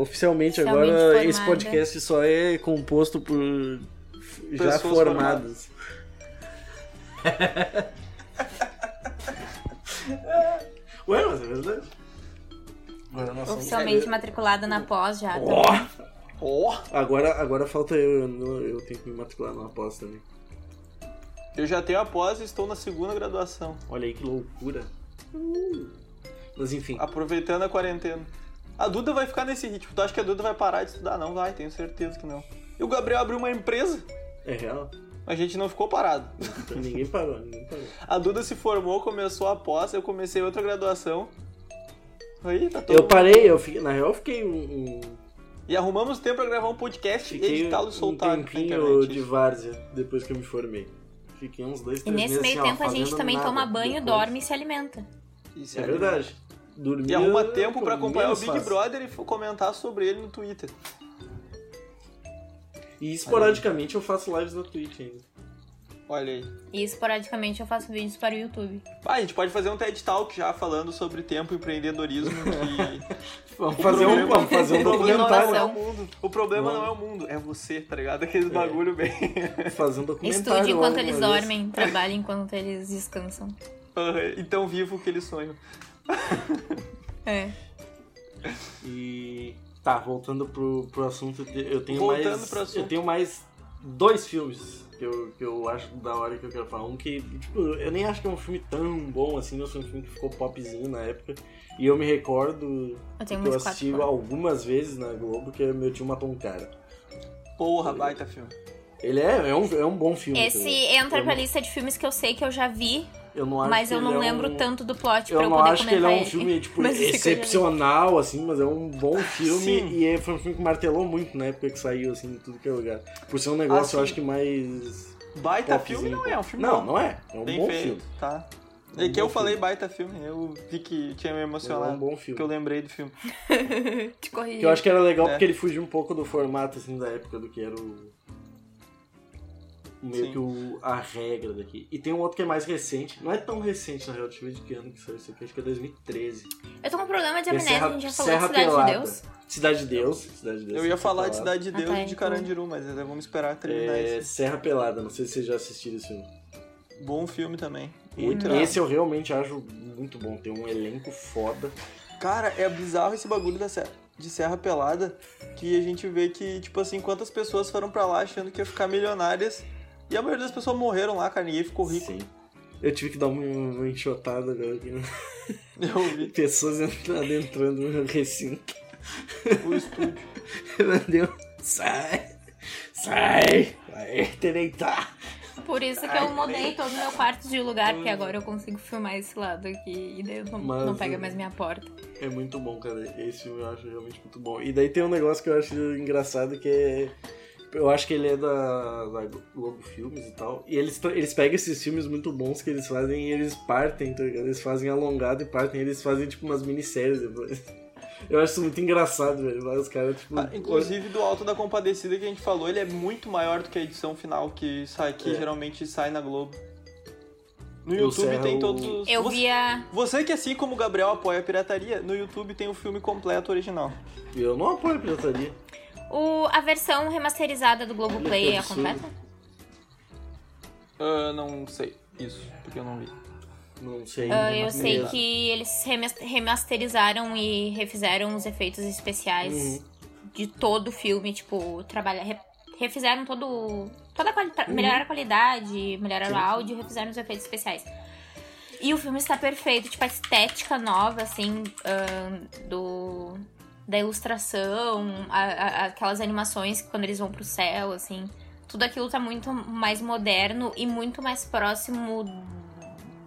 S1: Oficialmente,
S3: Oficialmente
S1: agora, esse
S3: formada.
S1: podcast só é composto por f- já
S2: Pessoas
S1: formados. Ué, mas é verdade. Agora nós somos-
S3: Oficialmente matriculada na pós já. tá?
S1: Ó!
S2: Ó!
S1: Agora, agora falta eu, eu, eu tenho que me matricular numa né? pós também.
S2: Eu já tenho a pós e estou na segunda graduação.
S1: Olha aí que loucura. Uh. Mas enfim,
S2: Aproveitando a quarentena. A Duda vai ficar nesse ritmo. Tu acha que a Duda vai parar de estudar? Não vai, tenho certeza que não. E o Gabriel abriu uma empresa.
S1: é real.
S2: A gente não ficou parado.
S1: Então, Ninguém parou, ninguém parou.
S2: A Duda se formou, começou a pós, eu comecei outra graduação. Aí, tá todo
S1: Eu parei, eu fiquei, na real eu fiquei um, um,
S2: E arrumamos tempo pra gravar um podcast,
S1: fiquei
S2: editá-lo e
S1: um
S2: soltar tá na
S1: tempinho
S2: internet.
S1: de várzea depois que eu me formei. Fiquei uns dois,
S3: E
S1: três
S3: nesse
S1: meses
S3: meio
S1: assim, ó,
S3: tempo a gente
S1: fazendo
S3: também
S1: nada
S3: toma banho,
S1: depois.
S3: dorme e se alimenta.
S2: Isso
S1: É
S2: legal.
S1: verdade. Dormir
S2: E arruma tempo pra acompanhar o
S1: menos
S2: Big
S1: fácil.
S2: Brother e f- comentar sobre ele no Twitter.
S1: E esporadicamente eu faço lives no Twitch ainda.
S2: Olha aí.
S3: E esporadicamente eu faço vídeos para o YouTube.
S2: Ah, a gente pode fazer um TED Talk já falando sobre tempo e empreendedorismo que...
S1: Vamos fazer um,
S2: problema-
S1: vamos fazer um
S2: o problema
S1: documentário. É.
S2: não é
S3: Inovação.
S2: o mundo. O problema não é o mundo, é você, tá ligado? Aqueles bagulho bem...
S1: Fazer um documentário.
S3: Estude enquanto
S1: logo,
S3: eles
S1: uma vez.
S3: dormem, trabalhe enquanto eles descansam.
S2: Aham, então vivo aquele sonho.
S3: É.
S1: E tá, voltando pro, pro assunto, eu tenho
S2: Voltando
S1: mais.
S2: pro assunto.
S1: Eu tenho mais dois filmes que eu, que eu acho da hora que eu quero falar. Um que, tipo, eu nem acho que é um filme tão bom assim, mas foi um filme que ficou popzinho na época. E eu me recordo
S3: Eu
S1: que
S3: tenho
S1: eu
S3: mais
S1: assisti
S3: quatro. fotos.
S1: algumas vezes na Globo que meu tio matou um cara. Tá
S2: Porra, baita filme.
S1: Ele é, é, um, é um bom filme.
S3: Esse
S1: entendeu?
S3: entra
S1: eu
S3: pra
S1: não-
S3: lista de filmes que eu sei que eu já vi,
S1: eu não acho
S3: mas
S1: que
S3: eu
S1: ele
S3: não
S1: é
S3: lembro
S1: um-
S3: tanto do plot
S1: Eu
S3: pra eu
S1: não
S3: poder
S1: acho que ele é
S3: comentar
S1: um filme, tipo,
S3: Mas é esse que eu já vi.
S1: excepcional, assim, mas é um bom filme
S2: Sim.
S1: e é- foi um filme que martelou muito na época que saiu, assim, em tudo que é lugar. Por ser um negócio, eu
S2: Ah, sim.
S1: acho que mais.
S2: Baita
S1: popzinho,
S2: filme não é um filme
S1: Não,
S2: bom.
S1: não é. É um
S2: Bem
S1: bom
S2: feito,
S1: filme.
S2: tá?
S1: É um
S2: É que eu
S1: bom
S2: falei
S1: filme.
S2: baita filme, eu vi que tinha me
S1: É um
S2: emocionado.
S1: bom
S2: que eu
S1: filme.
S2: lembrei do filme.
S3: Te corrigi.
S1: Que eu acho que era legal
S2: É.
S1: porque ele fugiu um pouco do formato, assim, da época, do que era o. Meio
S2: Sim.
S1: que o, a regra daqui. E tem um outro que é mais recente. Não é tão recente, na real. Deixa eu ver de que ano que saiu isso aqui. Acho que é 2013.
S3: Eu tô com problema de
S1: É
S3: amnésia,
S1: Serra-
S3: a gente já falou de
S1: Serra
S3: Cidade
S1: Pelada.
S3: de Deus.
S1: Cidade de Deus. Cidade de Deus.
S2: É, Eu ia
S1: tá
S2: falar
S1: falado.
S2: de Cidade de
S3: Ah,
S2: Deus
S3: tá,
S2: e de
S3: então.
S2: Carandiru, mas eh, vamos esperar terminar
S1: É,
S2: esse.
S1: Serra Pelada, não sei se vocês já assistiram esse filme.
S2: Bom filme também. Muito
S1: Muito
S2: irado.
S1: esse eu realmente acho muito bom, tem um elenco foda.
S2: Cara, é bizarro esse bagulho da serra, de Serra Pelada, que a gente vê que, tipo assim, quantas pessoas foram pra lá achando que ia ficar milionárias. E a maioria das pessoas morreram lá, cara, ninguém ficou rico.
S1: Sim. Eu tive que dar uma, uma enxotada agora aqui. né?
S2: Eu vi
S1: Pessoas entra- adentrando no recinto.
S2: o estúdio.
S1: Meu Deus. Sai! Sai! Vai teneitar!
S3: Por isso que eu mudei todo o meu quarto de lugar, porque agora eu consigo filmar esse lado aqui e daí eu não,
S1: Hum. Mas,
S3: não pega
S1: uh,
S3: mais minha porta.
S1: É muito bom, cara. Esse filme eu acho realmente muito bom. E daí tem um negócio que eu acho engraçado que é. Eu acho que ele é da, da Globo Filmes e tal. E eles, tra- eles pegam esses filmes muito bons que eles fazem e eles partem, tá ligado? Eles fazem alongado e partem, eles fazem tipo umas minisséries depois. Eu acho isso muito engraçado, velho. Lá Os caras, tipo.
S2: Ah, Inclusive do Alto da Compadecida que a gente falou, ele é muito maior do que a edição final que sai, que
S1: É.
S2: geralmente sai na Globo. No
S1: Eu
S2: YouTube
S1: Serra,
S2: tem
S1: o-
S2: todos os.
S3: Eu
S2: Você-
S3: via.
S2: Você que assim como o Gabriel apoia a pirataria, no YouTube tem o filme completo original.
S1: Eu não apoio a pirataria.
S3: O, a versão remasterizada do
S1: Olha que
S3: Globoplay é
S1: absurdo.
S3: completa?
S2: Ah, não sei isso, porque eu não vi.
S1: Não sei. né,
S3: Ah,
S1: não
S3: eu
S1: sei.
S3: sei que eles remas- remasterizaram e refizeram os efeitos especiais
S1: Uhum.
S3: de todo o filme, tipo, trabalha, re- refizeram todo. o- Toda a quali- pra- Melhoraram a qualidade, melhoraram
S1: Sim,
S3: o
S1: sim.
S3: áudio, refizeram os efeitos especiais. E o filme está perfeito, tipo, a estética nova, assim, ahn, do. Da ilustração, a- a- aquelas animações que quando eles vão pro céu, assim tudo aquilo tá muito mais moderno e muito mais próximo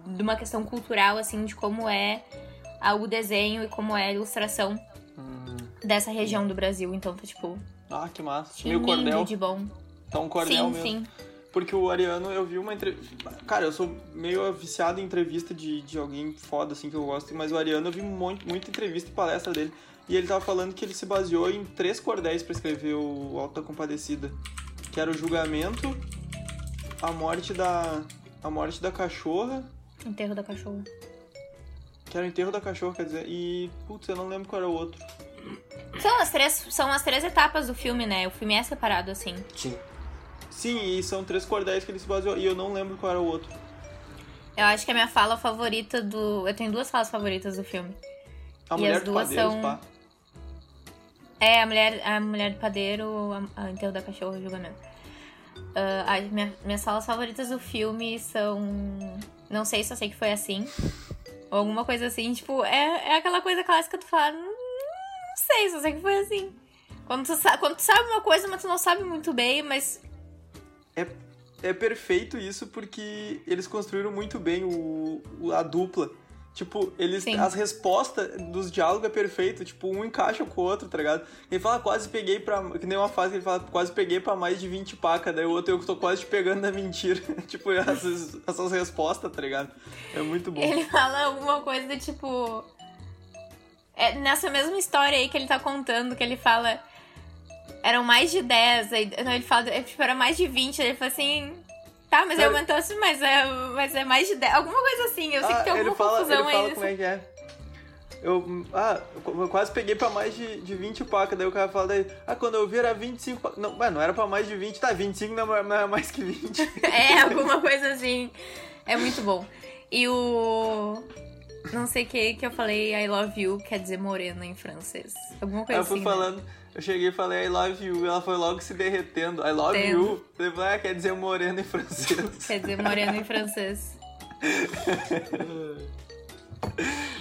S3: de uma questão cultural, assim, de como é a- o desenho e como é a ilustração
S2: Hum.
S3: dessa região do Brasil. Então tá, tipo,
S2: Ah, que massa. Meio
S3: lindo
S2: cordel.
S3: de bom.
S2: Tá um cordel
S3: sim,
S2: mesmo.
S3: sim.
S2: Porque o Ariano, eu vi uma entrevista. Cara, eu sou meio viciado em entrevista de, de alguém foda, assim, que eu gosto, mas o Ariano eu vi muito, muita entrevista e palestra dele. E ele tava falando que ele se baseou em três cordéis pra escrever o Alto da Compadecida. Que era o julgamento, a morte da. a morte da cachorra.
S3: Enterro da cachorra.
S2: Que era o enterro da cachorra, quer dizer, e. Putz, eu não lembro qual era o outro.
S3: São as três, são as três etapas do filme, né? O filme é separado, assim.
S1: Sim.
S2: Sim, e são três cordéis que ele se baseou, e eu não lembro qual era o outro.
S3: Eu acho que a minha fala favorita do. Eu tenho duas falas favoritas do filme.
S2: A
S3: E
S2: mulher
S3: as
S2: do
S3: duas
S2: padeiro,
S3: são-
S2: pá.
S3: É, a mulher, a mulher do padeiro, a, a enterro da cachorra, o julgamento. Ah, as minha- minhas salas favoritas do filme são. Não sei, só sei que foi assim. Ou alguma coisa assim, tipo, é, é aquela coisa clássica tu fala. "Hum, Não sei, só sei que foi assim. Quando tu, sa- quando tu sabe uma coisa, mas tu não sabe muito bem, mas.
S2: É perfeito isso porque eles construíram muito bem o, o- a dupla. Tipo, eles,
S3: Sim.
S2: as respostas dos diálogos é perfeito. Tipo, um encaixa com o outro, tá ligado? Ele fala, quase peguei pra... Que nem uma fase que ele fala, quase peguei pra mais de 20 paca. Daí o outro, eu tô quase te pegando na mentira. tipo, essas, essas respostas, tá ligado? É muito bom.
S3: Ele fala alguma coisa do tipo. É nessa mesma história aí que ele tá contando, que ele fala. Eram mais de 10, aí, não, ele fala, é, tipo, era mais de 20, aí ele fala assim. Tá, mas aí
S2: Sério?
S3: aumentou assim, mas é, mas é mais de 10. Alguma coisa assim, eu sei
S2: Ah,
S3: que tem
S2: ele
S3: alguma
S2: fala,
S3: confusão
S2: ele fala
S3: aí.
S2: como é que é. Eu, ah, eu qu- eu quase peguei pra mais de, de 20 paca, daí o cara fala daí, ah, quando eu vi era 25 paca. Não, mas não era pra mais de 20, tá, 25 não é não é mais que 20.
S3: É, alguma coisa assim. É muito bom. E o. Não sei o que que eu falei, I love you, quer dizer morena em francês. Alguma
S2: Aí
S3: coisa
S2: eu fui
S3: assim. né?
S2: falando, eu cheguei e falei I love you, ela foi logo se derretendo, I love
S3: Entendo.
S2: you, Daí eu falei, ah, quer dizer moreno em francês.
S3: Quer dizer morena em francês.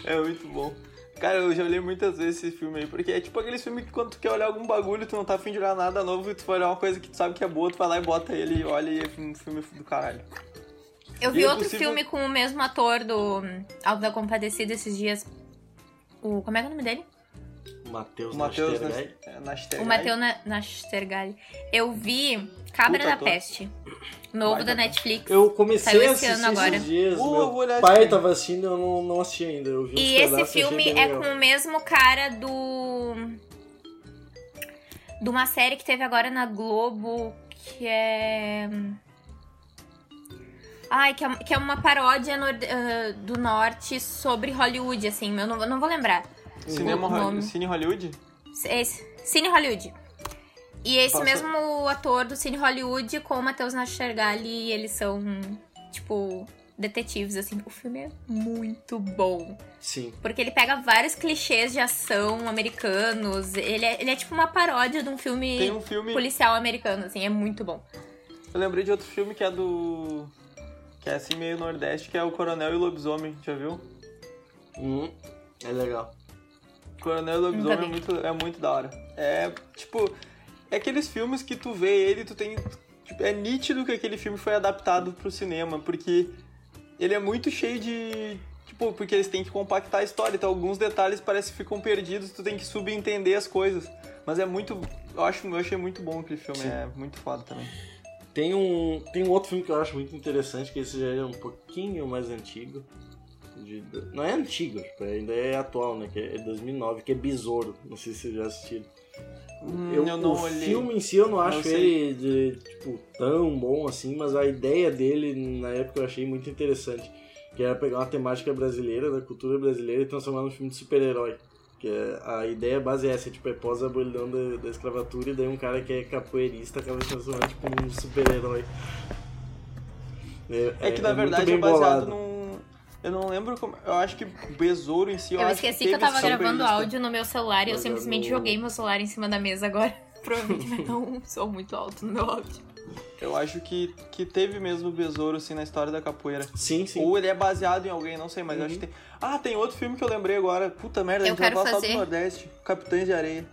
S2: É muito bom. Cara, eu já olhei muitas vezes esse filme aí, porque é tipo aqueles filmes que quando tu quer olhar algum bagulho, tu não tá afim de olhar nada novo, e tu vai olhar uma coisa que tu sabe que é boa, tu vai lá e bota ele e olha e é um filme do caralho.
S3: Eu
S2: E
S3: vi
S2: é
S3: outro
S2: possível-
S3: filme com o mesmo ator do hum, Alto da Compadecida esses dias. O, como é que é o nome dele?
S1: Matheus
S2: O é, Matheus
S1: Nastergaard.
S2: Nastergaard.
S3: O Matheus Na- Nastergalli. Eu vi Cabra
S2: Puta
S3: da
S2: ator.
S3: Peste, novo
S2: Baita
S3: da
S2: ator.
S3: Netflix.
S1: Eu comecei
S3: Saiu
S1: a
S3: esse
S1: assistir
S3: ano agora.
S1: esses dias.
S2: Uh, eu vou olhar
S1: meu
S2: de
S1: pai
S2: novo.
S1: tava assistindo, eu não, não assisti ainda. Eu vi uns
S3: E esse
S1: pedaços, achei
S3: filme
S1: bem
S3: é
S1: legal.
S3: com o mesmo cara do. De uma série que teve agora na Globo, que é. Ai, que é, que é uma paródia nor- ah, do norte sobre Hollywood, assim, eu não, vou- não vou lembrar.
S2: Cinema
S3: O nome.
S2: Hollywood. Cine Hollywood?
S3: Esse, Cine Hollywood. E esse
S2: Passa-
S3: mesmo ator do Cine Hollywood com o Matheus Nastergalli, e eles são, tipo, detetives, assim. O filme é muito bom.
S1: Sim.
S3: Porque ele pega vários clichês de ação americanos. Ele é, ele é tipo uma paródia de um filme
S2: Tem um filme.
S3: policial americano, assim. É muito bom.
S2: Eu lembrei de outro filme que é do. Que é assim meio nordeste, que é o Coronel e o Lobisomem, já viu?
S1: Hum, é legal.
S2: Coronel e o
S3: Nunca
S2: Lobisomem
S3: vi.
S2: é muito, é muito da hora. É, tipo, é aqueles filmes que tu vê ele, tu tem. tipo, é nítido que aquele filme foi adaptado pro cinema, porque ele é muito cheio de. Tipo, porque eles têm que compactar a história, então alguns detalhes parece que ficam perdidos, tu tem que subentender as coisas. Mas é muito. Eu, acho, eu achei muito bom aquele filme,
S1: Sim.
S2: é muito foda também.
S1: Tem um, tem um outro filme que eu acho muito interessante, que esse já é um pouquinho mais antigo. De- não é antigo, tipo, ainda é atual, né? Que é 2009, que é Besouro. Não sei se vocês já assistiram.
S2: Hum,
S1: Eu,
S2: eu não
S1: o
S2: olhei.
S1: filme em si eu não acho
S2: sei.
S1: ele de, tipo, tão bom assim, mas a ideia dele na época eu achei muito interessante. Que era pegar uma temática brasileira, da cultura brasileira, e transformar num filme de super-herói. Que é- a ideia base é essa, tipo, é pós abolidão da, da escravatura, e daí um cara que é capoeirista acaba se transformando tipo, num super-herói.
S2: É que na
S1: muito
S2: verdade
S1: bem
S2: é
S1: bolado.
S2: baseado num. Eu não lembro como. Eu acho que Besouro em si. Eu,
S3: Eu,
S2: acho
S3: esqueci que,
S2: que,
S3: eu
S2: teve
S3: tava
S2: esse
S3: gravando
S2: superista.
S3: áudio no meu celular e eu
S1: Mas
S3: simplesmente
S1: eu não-
S3: joguei meu celular em cima da mesa agora. Provavelmente vai dar um som muito alto no meu áudio.
S2: Eu acho que, que teve mesmo o Besouro, assim, na história da capoeira.
S1: Sim, sim.
S2: Ou ele é baseado em alguém, não sei, mas eu acho que tem. Ah, tem outro filme que eu lembrei agora. Puta merda,
S3: Eu
S2: a gente vai
S3: quero
S2: falar só
S3: fazer.
S2: do Nordeste. Capitães de Areia.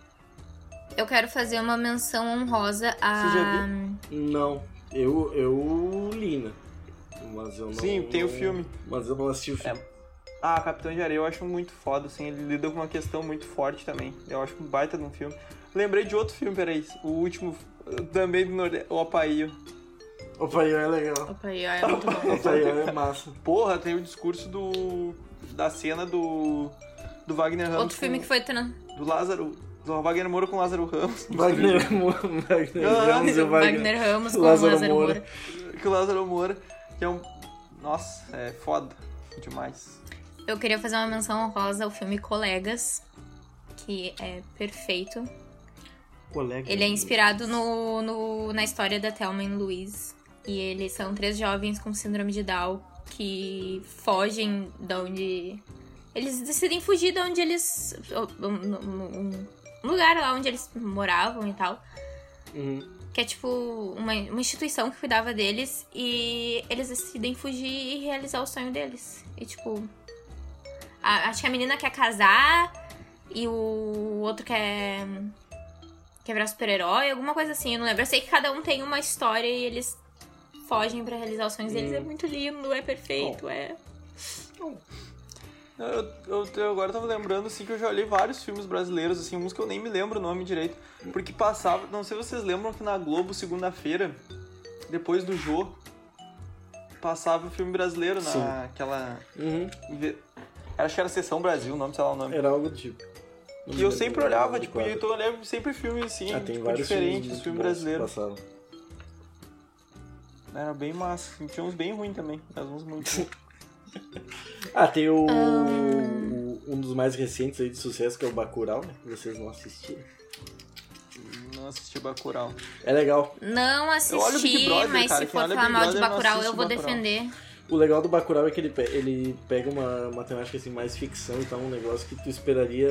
S3: Eu quero fazer uma menção honrosa a.
S2: Você já
S1: Não, eu, eu li, né? Mas eu não,
S2: Sim, tem o
S1: não-
S2: filme.
S1: Mas eu não assisti o filme.
S2: Ah, Capitão de Areia eu acho muito foda, assim, ele lida com uma questão muito forte também. Eu acho um baita de um filme. Lembrei de outro filme, peraí. O último, também do Nordeste, o Apaio.
S1: Opa, é legal.
S3: Opa, aí, ó, é muito bom.
S1: Isso aí é massa.
S2: Porra, tem o discurso do. da cena do. do Wagner Ramos.
S3: Outro filme
S2: com-
S3: que foi. Tran...
S2: Do Lázaro. Do Wagner Moura com Lázaro Ramos.
S1: Wagner Moura. Wagner
S2: Ah,
S1: Ramos e o Wagner.
S3: Wagner Ramos com
S1: Lázaro
S3: Lázaro, Moura.
S1: Moura.
S2: Que o Lázaro Moura, que é um. Nossa, é foda demais.
S3: Eu queria fazer uma menção honrosa ao filme Colegas, que é perfeito.
S1: Colega.
S3: Ele é inspirado no, no- na história da Thelma e Luiz. E eles são três jovens com síndrome de Down que fogem da onde. Eles decidem fugir de onde eles. um- um- um- lugar lá onde eles moravam e tal.
S1: Uhum.
S3: Que é tipo uma, uma instituição que cuidava deles. E eles decidem fugir e realizar o sonho deles. E tipo. a- acho que a menina quer casar e o outro quer. Quer virar super-herói, alguma coisa assim, eu não lembro. Eu sei que cada um tem uma história e eles fogem pra realizar os sonhos deles.
S1: Hum.
S3: É muito lindo, é perfeito, é.
S2: Eu, eu- eu agora tava lembrando, assim, que eu já olhei vários filmes brasileiros, assim, uns que eu nem me lembro o nome direito. Porque passava, não sei se vocês lembram que na Globo, segunda-feira, depois do Jô, passava o filme brasileiro
S1: Sim.
S2: naquela...
S1: Uhum.
S2: Acho que era Sessão Brasil, o nome, sei lá o nome.
S1: Era algo do tipo. Não
S2: Que
S1: me
S2: eu
S1: lembro,
S2: sempre
S1: não
S2: olhava,
S1: me
S2: tipo,
S1: recordo.
S2: e eu olhava sempre filmes assim,
S1: Ah, tem
S2: tipo,
S1: vários filmes
S2: diferentes,
S1: muito
S2: filme
S1: bons que
S2: brasileiro.
S1: passaram.
S2: Era bem massa, assim, tinha uns bem ruins também, mas uns muito bons.
S1: Ah, tem o, o- um dos mais recentes aí de sucesso, que é o Bacurau, né? Que vocês não assistiram.
S2: Não assisti Bacurau.
S1: É legal.
S3: Não
S2: Eu olho o Big
S3: assisti,
S2: Brother,
S3: mas
S2: cara,
S3: se
S2: quem
S3: for
S2: olha
S3: falar
S2: Big
S3: mal de
S2: Brother não
S3: Bacurau,
S2: assiste
S3: eu vou
S2: Bacurau.
S3: defender.
S1: O legal do Bacurau é que ele, pe- ele pega uma, uma temática assim, mais ficção e tal, um negócio que tu esperaria,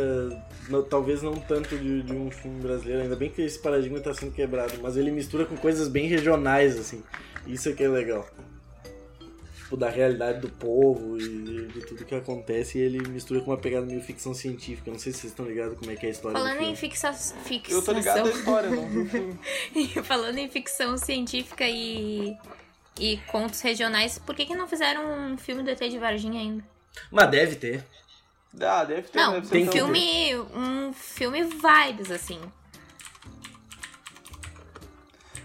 S1: não- talvez não tanto de, de um filme brasileiro, ainda bem que esse paradigma tá sendo quebrado, mas ele mistura com coisas bem regionais, assim. Isso é que é legal. Tipo, da realidade do povo e de tudo que acontece, e ele mistura com uma pegada meio ficção científica. Não sei se vocês estão ligados como é que é a história do
S3: Falando
S1: filme.
S3: em fixa...
S2: Eu tô ligado da
S3: ficção.
S2: história, né? não vi o filme.
S3: Falando em ficção científica e. E contos regionais, por que, que não fizeram um filme do ET de Varginha ainda?
S1: Mas deve ter.
S2: Ah, deve ter,
S3: Não,
S2: deve ser
S1: tem
S3: um
S2: tão-
S3: filme. Um filme vibes, assim.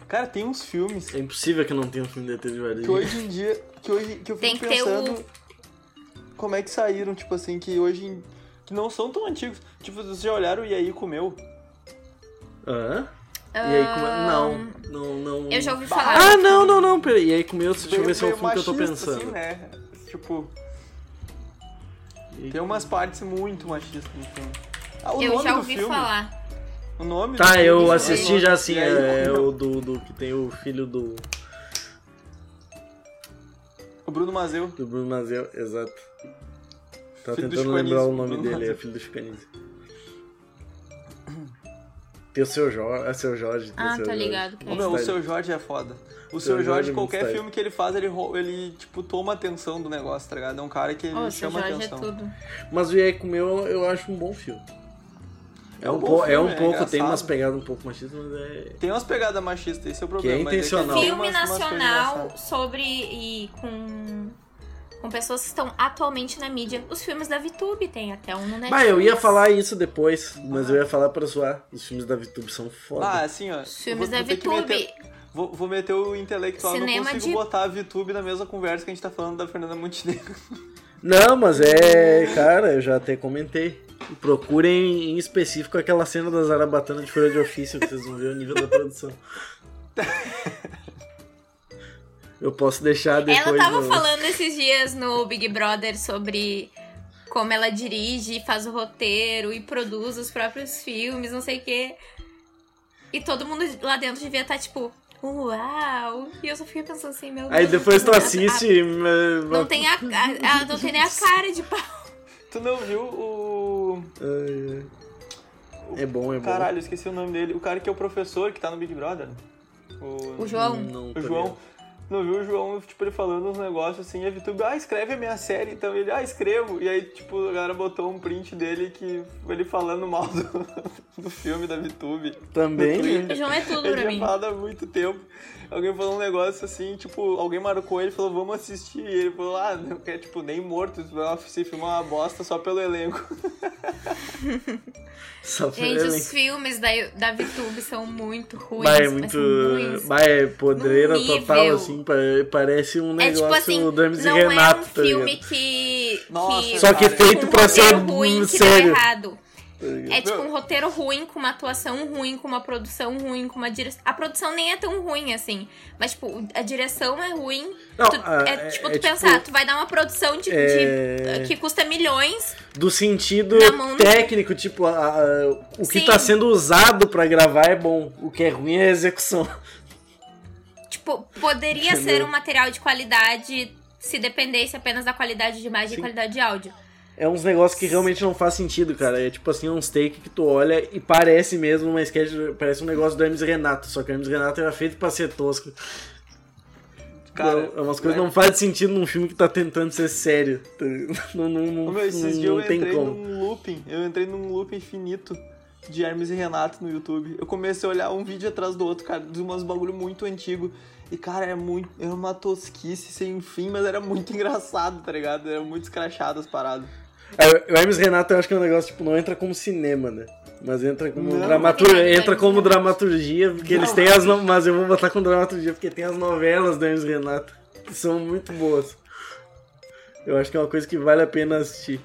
S2: Cara, tem uns filmes
S1: É impossível que não tenha um filme de ET de
S2: que
S1: Varginha.
S2: hoje em dia. Que, hoje, que eu
S3: Tem
S2: fico
S3: que ter
S2: pensando
S3: o.
S2: como é que saíram, tipo assim, que hoje. em- que não são tão antigos. Tipo, vocês já olharam e aí comeu?
S1: Hã? E aí, como... é- não, não, não.
S3: Ah, Eu já ouvi
S2: Bah.
S3: falar.
S1: Ah, não, não, não, peraí. E aí com meu, deixa eu ver se é o
S2: Meio
S1: filme que eu tô
S2: machista,
S1: pensando.
S2: Assim, né? Tipo, tem umas partes muito machistas no filme. Ah, o
S3: eu
S2: nome
S3: já
S2: do
S3: ouvi
S2: filme,
S3: falar.
S2: O nome do
S1: Tá,
S2: filme,
S1: eu
S2: o
S1: assisti
S2: nome.
S1: já assim,
S2: E aí
S1: é
S2: comeu.
S1: o do, do que tem o filho do,
S2: O Bruno Mazeu.
S1: do Bruno Mazel, exato. Tá
S2: Filho do
S1: tentando lembrar o
S2: Chico Anísio,
S1: nome
S2: Bruno
S1: dele, é
S2: Mazel.
S1: filho do Chicanese. Tem o seu Jorge, é seu Jorge. tem
S3: Ah,
S1: o seu
S3: tô
S1: Jorge.
S3: ligado, cara.
S2: Ô, meu, o seu Jorge é foda.
S1: Seu
S2: O seu
S1: Jorge
S2: Jorge,
S1: é muito
S2: qualquer
S1: style.
S2: filme que ele faz, ele, rou- ele, tipo, toma atenção do negócio, tá ligado? É um cara que ele
S3: Ô, seu
S2: chama
S3: Jorge é
S2: atenção.
S3: tudo.
S1: Mas o E aí com meu, eu acho um bom filme. É um,
S2: bom
S1: po- é
S2: filme,
S1: um pouco, tem
S2: engraçado.
S1: umas pegadas um pouco machistas, mas é.
S2: Tem umas pegadas machistas, esse é o problema. mas
S1: intencional.
S2: que tem
S3: filme
S2: umas- umas coisas
S3: nacional
S2: engraçadas.
S3: sobre e com com pessoas que estão atualmente na mídia. Os filmes da VTube tem até um no Netflix.
S1: Bah, eu ia falar isso depois, mas
S3: Ah.
S1: eu ia falar pra zoar. Os filmes da VTube são foda.
S2: Ah, assim, ó.
S3: Os filmes
S2: vou-
S3: da
S2: vou ter que
S3: VTube.
S2: meter- Vou, vou meter o intelectual,
S3: Cinema
S2: não consigo
S3: de-
S2: botar a VTube na mesma conversa que a gente tá falando da Fernanda Montenegro.
S1: Não, mas é. Cara, eu já até comentei. Procurem em específico aquela cena da Zarabatana de Folha de Ofício, que vocês vão ver o nível da produção. Eu posso deixar depois.
S3: Ela tava
S1: no-
S3: falando esses dias no Big Brother sobre como ela dirige, faz o roteiro e produz os próprios filmes, não sei o quê. E todo mundo lá dentro devia estar tipo, uau! E eu só fiquei pensando assim, meu Deus.
S1: Aí depois tu
S3: a- a-
S1: assiste. tipo, mas-
S3: Não tem, a, a- a- não tem nem a cara de pau.
S2: Tu não viu o.
S1: Ai, ai. É bom, é bom.
S2: Caralho, esqueci o nome dele. O cara que é o professor que tá no Big Brother. O,
S3: O João.
S1: Não,
S2: o João. Não viu o João, tipo, ele falando uns negócios assim, e a VTube, ah, escreve a minha série, então ele, ah, escrevo. E aí, tipo, a galera botou um print dele que ele falando mal do, do filme da VTube.
S1: Também, né?
S3: O João é tudo
S2: Ele
S3: pra
S2: tinha
S3: mim.
S2: falado há muito tempo. Alguém falou um negócio assim, tipo, alguém marcou ele e falou, vamos assistir. E ele falou, ah, não quer, tipo, nem morto, se filmar uma bosta só pelo elenco.
S1: Só
S3: Gente,
S1: elenco.
S3: os filmes da, da VTube são muito ruins.
S1: Bah, é
S3: mas
S1: muito.
S3: são ruins.
S1: Bah, é podreira
S3: Num nível.
S1: total, assim. pa- Parece um
S3: É
S1: negócio
S3: tipo assim,
S1: do Hermes
S3: não
S1: e Renato,
S3: é um
S1: tá ligado?
S3: filme que,
S2: Nossa,
S3: que.
S1: Só que
S2: Cara,
S1: feito
S3: um
S1: pra ser
S3: roteiro ruim que deu
S1: sério.
S3: errado.
S1: tá ligado?
S3: É tipo um roteiro ruim, com uma atuação ruim, com uma produção ruim, com uma direção. A produção nem é tão ruim assim. Mas, tipo, a direção é ruim.
S1: Não,
S3: Tu-
S1: ah,
S3: é tipo,
S1: é
S3: tu
S1: tipo-
S3: pensar, tu vai dar uma produção de,
S1: É.
S3: de- que custa milhões.
S1: do sentido
S3: Na mão-
S1: técnico, tipo, a- a- o que
S3: Sim.
S1: tá sendo usado pra gravar é bom, o que é ruim é a execução.
S3: Tipo, poderia
S1: Entendeu?
S3: ser um material de qualidade se dependesse apenas da qualidade de imagem
S1: Sim.
S3: e qualidade de áudio.
S1: É uns negócios que realmente não faz sentido, cara. É tipo assim, uns take que tu olha e parece mesmo uma sketch, parece um negócio do Hermes e Renato, só que o Hermes e Renato era feito pra ser tosco.
S2: Cara,
S1: é umas coisas que
S2: né?
S1: não faz sentido num filme que tá tentando ser sério. tá ligado? Não, não, não,
S2: Ô, meu, esses
S1: não-
S2: dias
S1: não
S2: eu
S1: tem
S2: entrei
S1: como.
S2: num looping, eu entrei num looping infinito de Hermes e Renato no YouTube. Eu comecei a olhar um vídeo atrás do outro, cara, de umas bagulho muito antigo. E, cara, é muito. Era uma tosquice sem fim, mas era muito engraçado, tá ligado? Era muito escrachado as paradas.
S1: É, O Hermes e Renato eu acho que é um negócio, tipo, não entra como cinema, né? Mas entra como
S2: Não. é
S1: dramaturgia. Entra como dramaturgia, porque eles
S2: Não.
S1: têm as. No... Mas eu vou botar com dramaturgia, porque tem as novelas do Hermes e Renato, que são muito boas. Eu acho que é uma coisa que vale a pena assistir.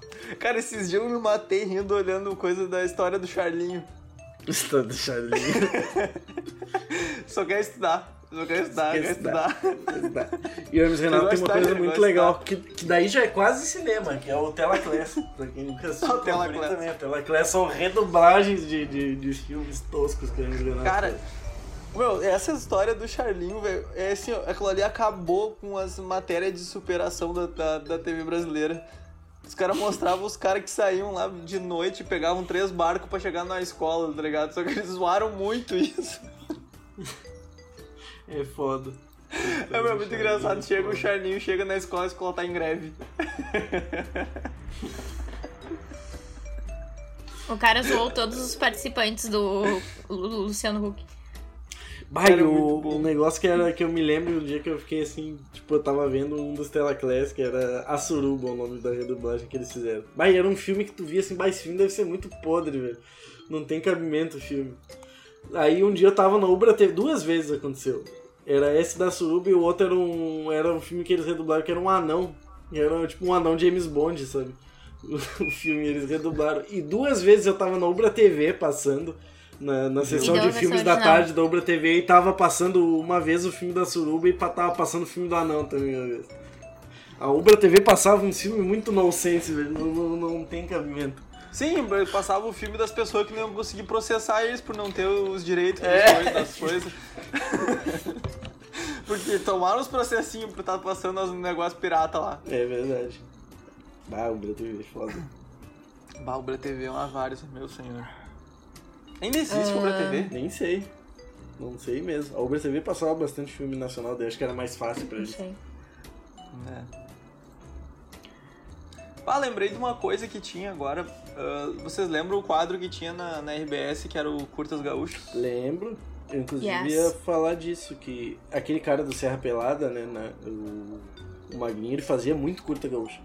S2: Cara, esses dias eu me matei rindo olhando coisa da história do Charlinho.
S1: Está deixado ali.
S2: Só quer estudar. Só quer estudar,
S1: Quer
S2: quer
S1: estudar.
S2: Ah, estudar.
S1: E o Hermes e Renato tem uma
S2: gosto da-
S1: coisa
S2: eu
S1: muito
S2: gosto
S1: legal, que, que daí já é quase cinema, que é o Telaclass. pra quem nunca assistiu,
S2: O Telaclass.
S1: procura também. O Telaclass são redoblagens de, de, de filmes toscos que o Hermes e Renato
S2: Cara, meu, essa história do Charlinho, velho, é assim, ó, aquilo ali acabou com as matérias de superação da, da, da TV brasileira. Os caras mostravam os caras que saíam lá de noite e pegavam três barcos pra chegar na escola, tá ligado? Só que eles zoaram muito isso.
S1: É foda.
S2: É meu, muito
S1: né,
S2: engraçado. Chega o Charlinho, chega na escola, a escola tá em greve.
S3: O cara zoou todos os participantes do Lu- Luciano Huck.
S1: Bah, e
S2: Era
S1: o-
S2: muito bom.
S1: um negócio que, era, que eu me lembro um dia que eu fiquei assim, tipo, eu tava vendo um dos Telaclass, que era A Suruba, o nome da redublagem que eles fizeram. Bah, e era um filme que tu via assim, bah, esse filme deve ser muito podre, velho. Não tem cabimento o filme. Aí um dia eu tava na Ubra, teve duas vezes aconteceu. Era esse da Suruba e o outro era um, era um filme que eles redublaram que era um anão. E era tipo um anão James Bond, sabe? O filme eles redublaram. E duas vezes eu tava na Ubra TV passando, na, na sessão
S3: deu a
S1: de
S3: versão
S1: filmes da
S3: original.
S1: tarde da Ubra TV, e tava passando uma vez o filme da Suruba e pa- tava passando o filme do anão também uma vez. A Ubra TV passava um filme muito nonsense, velho. Não, não, não tem cabimento.
S2: Sim, eu passava o filme das pessoas que não iam conseguir processar eles por não ter os direitos
S1: É.
S2: depois das coisas. Porque tomaram os processinhos por estar passando os negócios pirata lá.
S1: É verdade. Ah, Ubra TV, foda.
S2: Bah, o Bra TV é uma várzea, meu senhor. Ainda existe o Bra TV?
S1: Nem sei. Não sei mesmo. A Ubra TV passava bastante filme nacional, daí acho que era mais fácil pra
S3: Não
S1: eles.
S3: sei.
S2: É. Ah, lembrei de uma coisa que tinha agora. Ah, vocês lembram o quadro que tinha na, na RBS, que era o Curtas Gaúcho?
S1: Lembro. Eu, inclusive
S3: Yes.
S1: ia falar disso, que aquele cara do Serra Pelada, né, na- o, o Magninho, ele fazia muito curta gaúcha.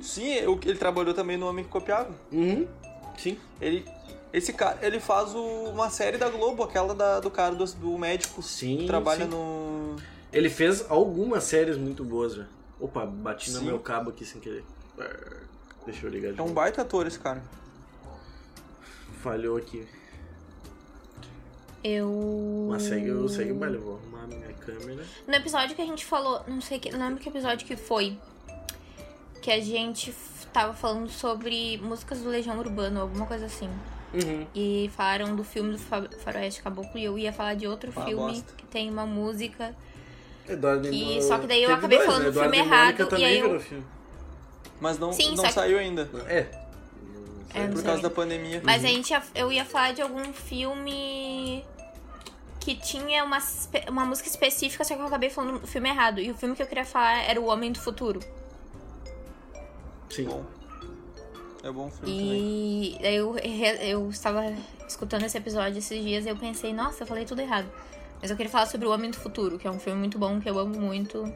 S2: Sim, eu- ele trabalhou também no Homem que Copiava.
S1: Uhum, sim.
S2: Ele, esse cara, ele faz o- uma série da Globo, aquela da- do cara do, do médico
S1: Sim,
S2: que trabalha
S1: sim.
S2: no.
S1: Ele fez algumas séries muito boas, velho. Opa, bati no
S2: Sim.
S1: meu cabo aqui sem querer. Arr, Deixa eu ligar de
S2: É um
S1: novo.
S2: baita ator esse cara.
S1: Falhou aqui.
S3: Eu.
S1: Mas segue, o- segue o baile, eu vou arrumar a minha câmera.
S3: No episódio que a gente falou, não sei que. Não lembro que episódio que foi. Que a gente f- tava falando sobre músicas do Legião Urbano, alguma coisa assim.
S1: Uhum.
S3: E falaram do filme do Fa- Faroeste Caboclo e eu ia falar de outro
S2: Uma
S3: filme
S2: bosta.
S3: que tem uma música.
S1: Eduardo e
S3: Que-
S1: Mônica-
S3: só que daí eu
S1: Teve
S3: acabei
S1: dois,
S3: falando
S1: né?
S3: do filme
S1: Eduardo e Mônica
S3: errado, e
S1: também
S3: aí eu-
S1: virou filme.
S2: Mas não,
S3: Sim,
S2: não
S3: só que-
S2: saiu ainda.
S1: É.
S3: É, não
S2: por
S3: sei.
S2: causa da pandemia.
S3: Mas a gente ia- eu ia falar de algum filme que tinha uma, espe- uma música específica, só que eu acabei falando do filme errado. E o filme que eu queria falar era O Homem do Futuro.
S1: Sim.
S2: Bom. É bom o filme também.
S3: E daí eu, re- eu estava escutando esse episódio esses dias e eu pensei, nossa, eu falei tudo errado. Mas eu queria falar sobre O Homem do Futuro, que é um filme muito bom, que eu amo muito.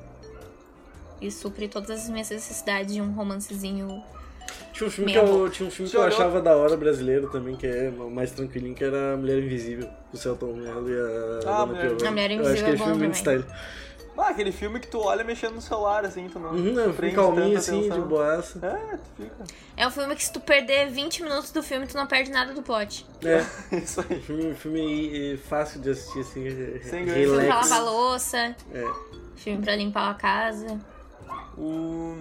S3: E supre todas as minhas necessidades de um romancezinho.
S1: Tinha um filme, que
S3: Minha
S1: eu, tinha um filme que eu
S2: Chorou.
S1: achava da hora brasileiro também, que é mais tranquilinho, que era A Mulher Invisível, com o Celton Mello e a
S2: Ah,
S1: Dona
S2: Mulher-
S1: Piovani.
S3: A Mulher
S1: Eu
S3: Invisível
S1: acho que
S3: é bom
S1: filme muito
S3: também.
S1: style.
S2: Ah, aquele filme que tu olha mexendo no celular, assim, tu não.
S1: Uhum, é um filme
S2: prende
S1: calminho
S2: tanta
S1: assim, de
S2: atenção.
S1: boaça.
S2: É, tu fica.
S3: É um filme que se tu perder 20 minutos do filme, tu não perde nada do pote.
S1: É,
S2: Isso aí.
S1: filme, filme eh, fácil de assistir, assim, eh,
S2: Sem grande-
S3: Filme pra
S1: relax.
S3: lavar louça,
S1: É.
S3: filme pra limpar a casa.
S2: O...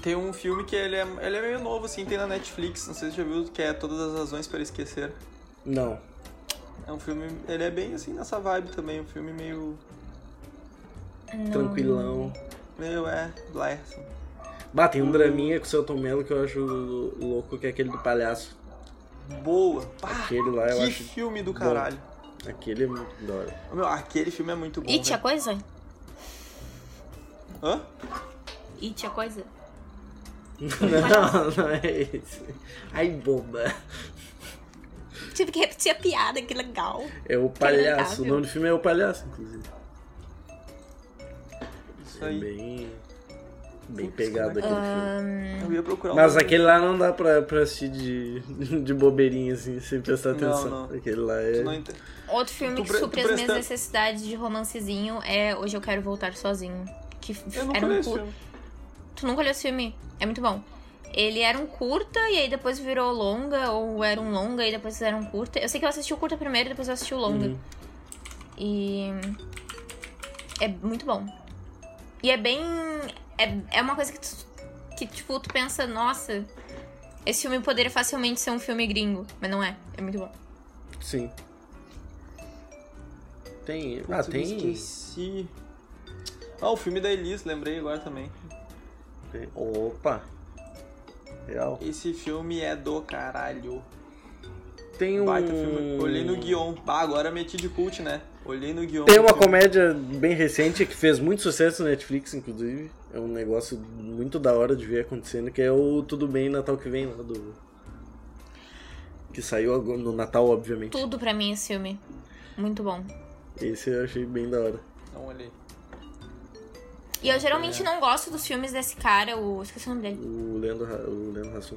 S2: Tem um filme que ele é, ele é meio novo, assim, tem na Netflix, não sei se você já viu, que é Todas as Razões para Esquecer.
S1: Não.
S2: É um filme. Ele é bem assim nessa vibe também, um filme meio.
S3: Não.
S1: Tranquilão.
S2: meio é. Blair. assim.
S1: Bah, tem um draminha com o Celton Mello que eu acho louco, que é aquele do palhaço.
S2: Boa. Pá,
S1: Aquele lá eu
S2: Ah, que
S1: acho.
S2: filme do
S1: bom.
S2: caralho.
S1: Aquele é muito da hora.
S2: Meu, aquele filme é muito bom.
S3: It é a
S2: velho.
S3: coisa?
S2: Hã?
S3: It a coisa?
S1: Não, não é esse. Ai, boba.
S3: Tive que repetir a piada, que legal.
S1: É o palhaço. O
S3: lamentável.
S1: nome do filme é o palhaço, inclusive.
S2: Isso
S1: É
S2: aí.
S1: bem. Bem
S2: Putz,
S1: pegado
S2: como é
S1: aquele
S2: que-
S1: filme.
S2: Eu ia procurar um o
S1: Mas
S2: nome.
S1: aquele lá não dá pra, pra assistir de, de bobeirinha, assim, sem prestar
S2: Não,
S1: atenção.
S2: não.
S1: Aquele lá
S2: Tu não
S1: é.
S2: entende.
S3: Outro filme
S2: Tu
S3: que
S2: pre- tu
S3: supre as minhas
S2: presta-
S3: necessidades de romancezinho é Hoje Eu Quero Voltar Sozinho. Que f-
S2: Eu nunca
S3: era
S2: vi
S3: um
S2: esse
S3: curto.
S2: filme.
S3: Tu nunca olhou esse filme? É muito bom. Ele era um curta e aí depois virou longa, ou era um longa e depois fizeram um curta. Eu sei que eu assisti o curta primeiro e depois eu assisti o longa.
S1: Uhum.
S3: E. É muito bom. E é bem. É, é uma coisa que tu. Que, tipo, tu pensa, nossa, esse filme poderia facilmente ser um filme gringo. Mas não é. É muito bom.
S1: Sim. Tem. Ah,
S2: Putz, eu
S1: tem.
S2: Esqueci. Ah, o filme da Elise, lembrei agora também.
S1: tem- Opa! Real.
S2: Esse filme é do caralho.
S1: Tem um.
S2: Baita filme. Olhei no guion. Ah, agora meti de cult, né? Olhei no guion.
S1: Tem uma
S2: Filme-
S1: comédia bem recente que fez muito sucesso na Netflix, inclusive. É um negócio muito da hora de ver acontecendo, que é o Tudo Bem Natal que vem lá do. Que saiu agora- no Natal, obviamente.
S3: Tudo pra mim é esse filme. Muito bom.
S1: Esse eu achei bem da hora.
S2: Não olhei.
S3: E
S1: Ah,
S3: eu
S1: é.
S3: geralmente não gosto dos filmes desse cara, o. Esqueci o nome dele.
S1: O Leandro, Ra- o Leandro Hassum.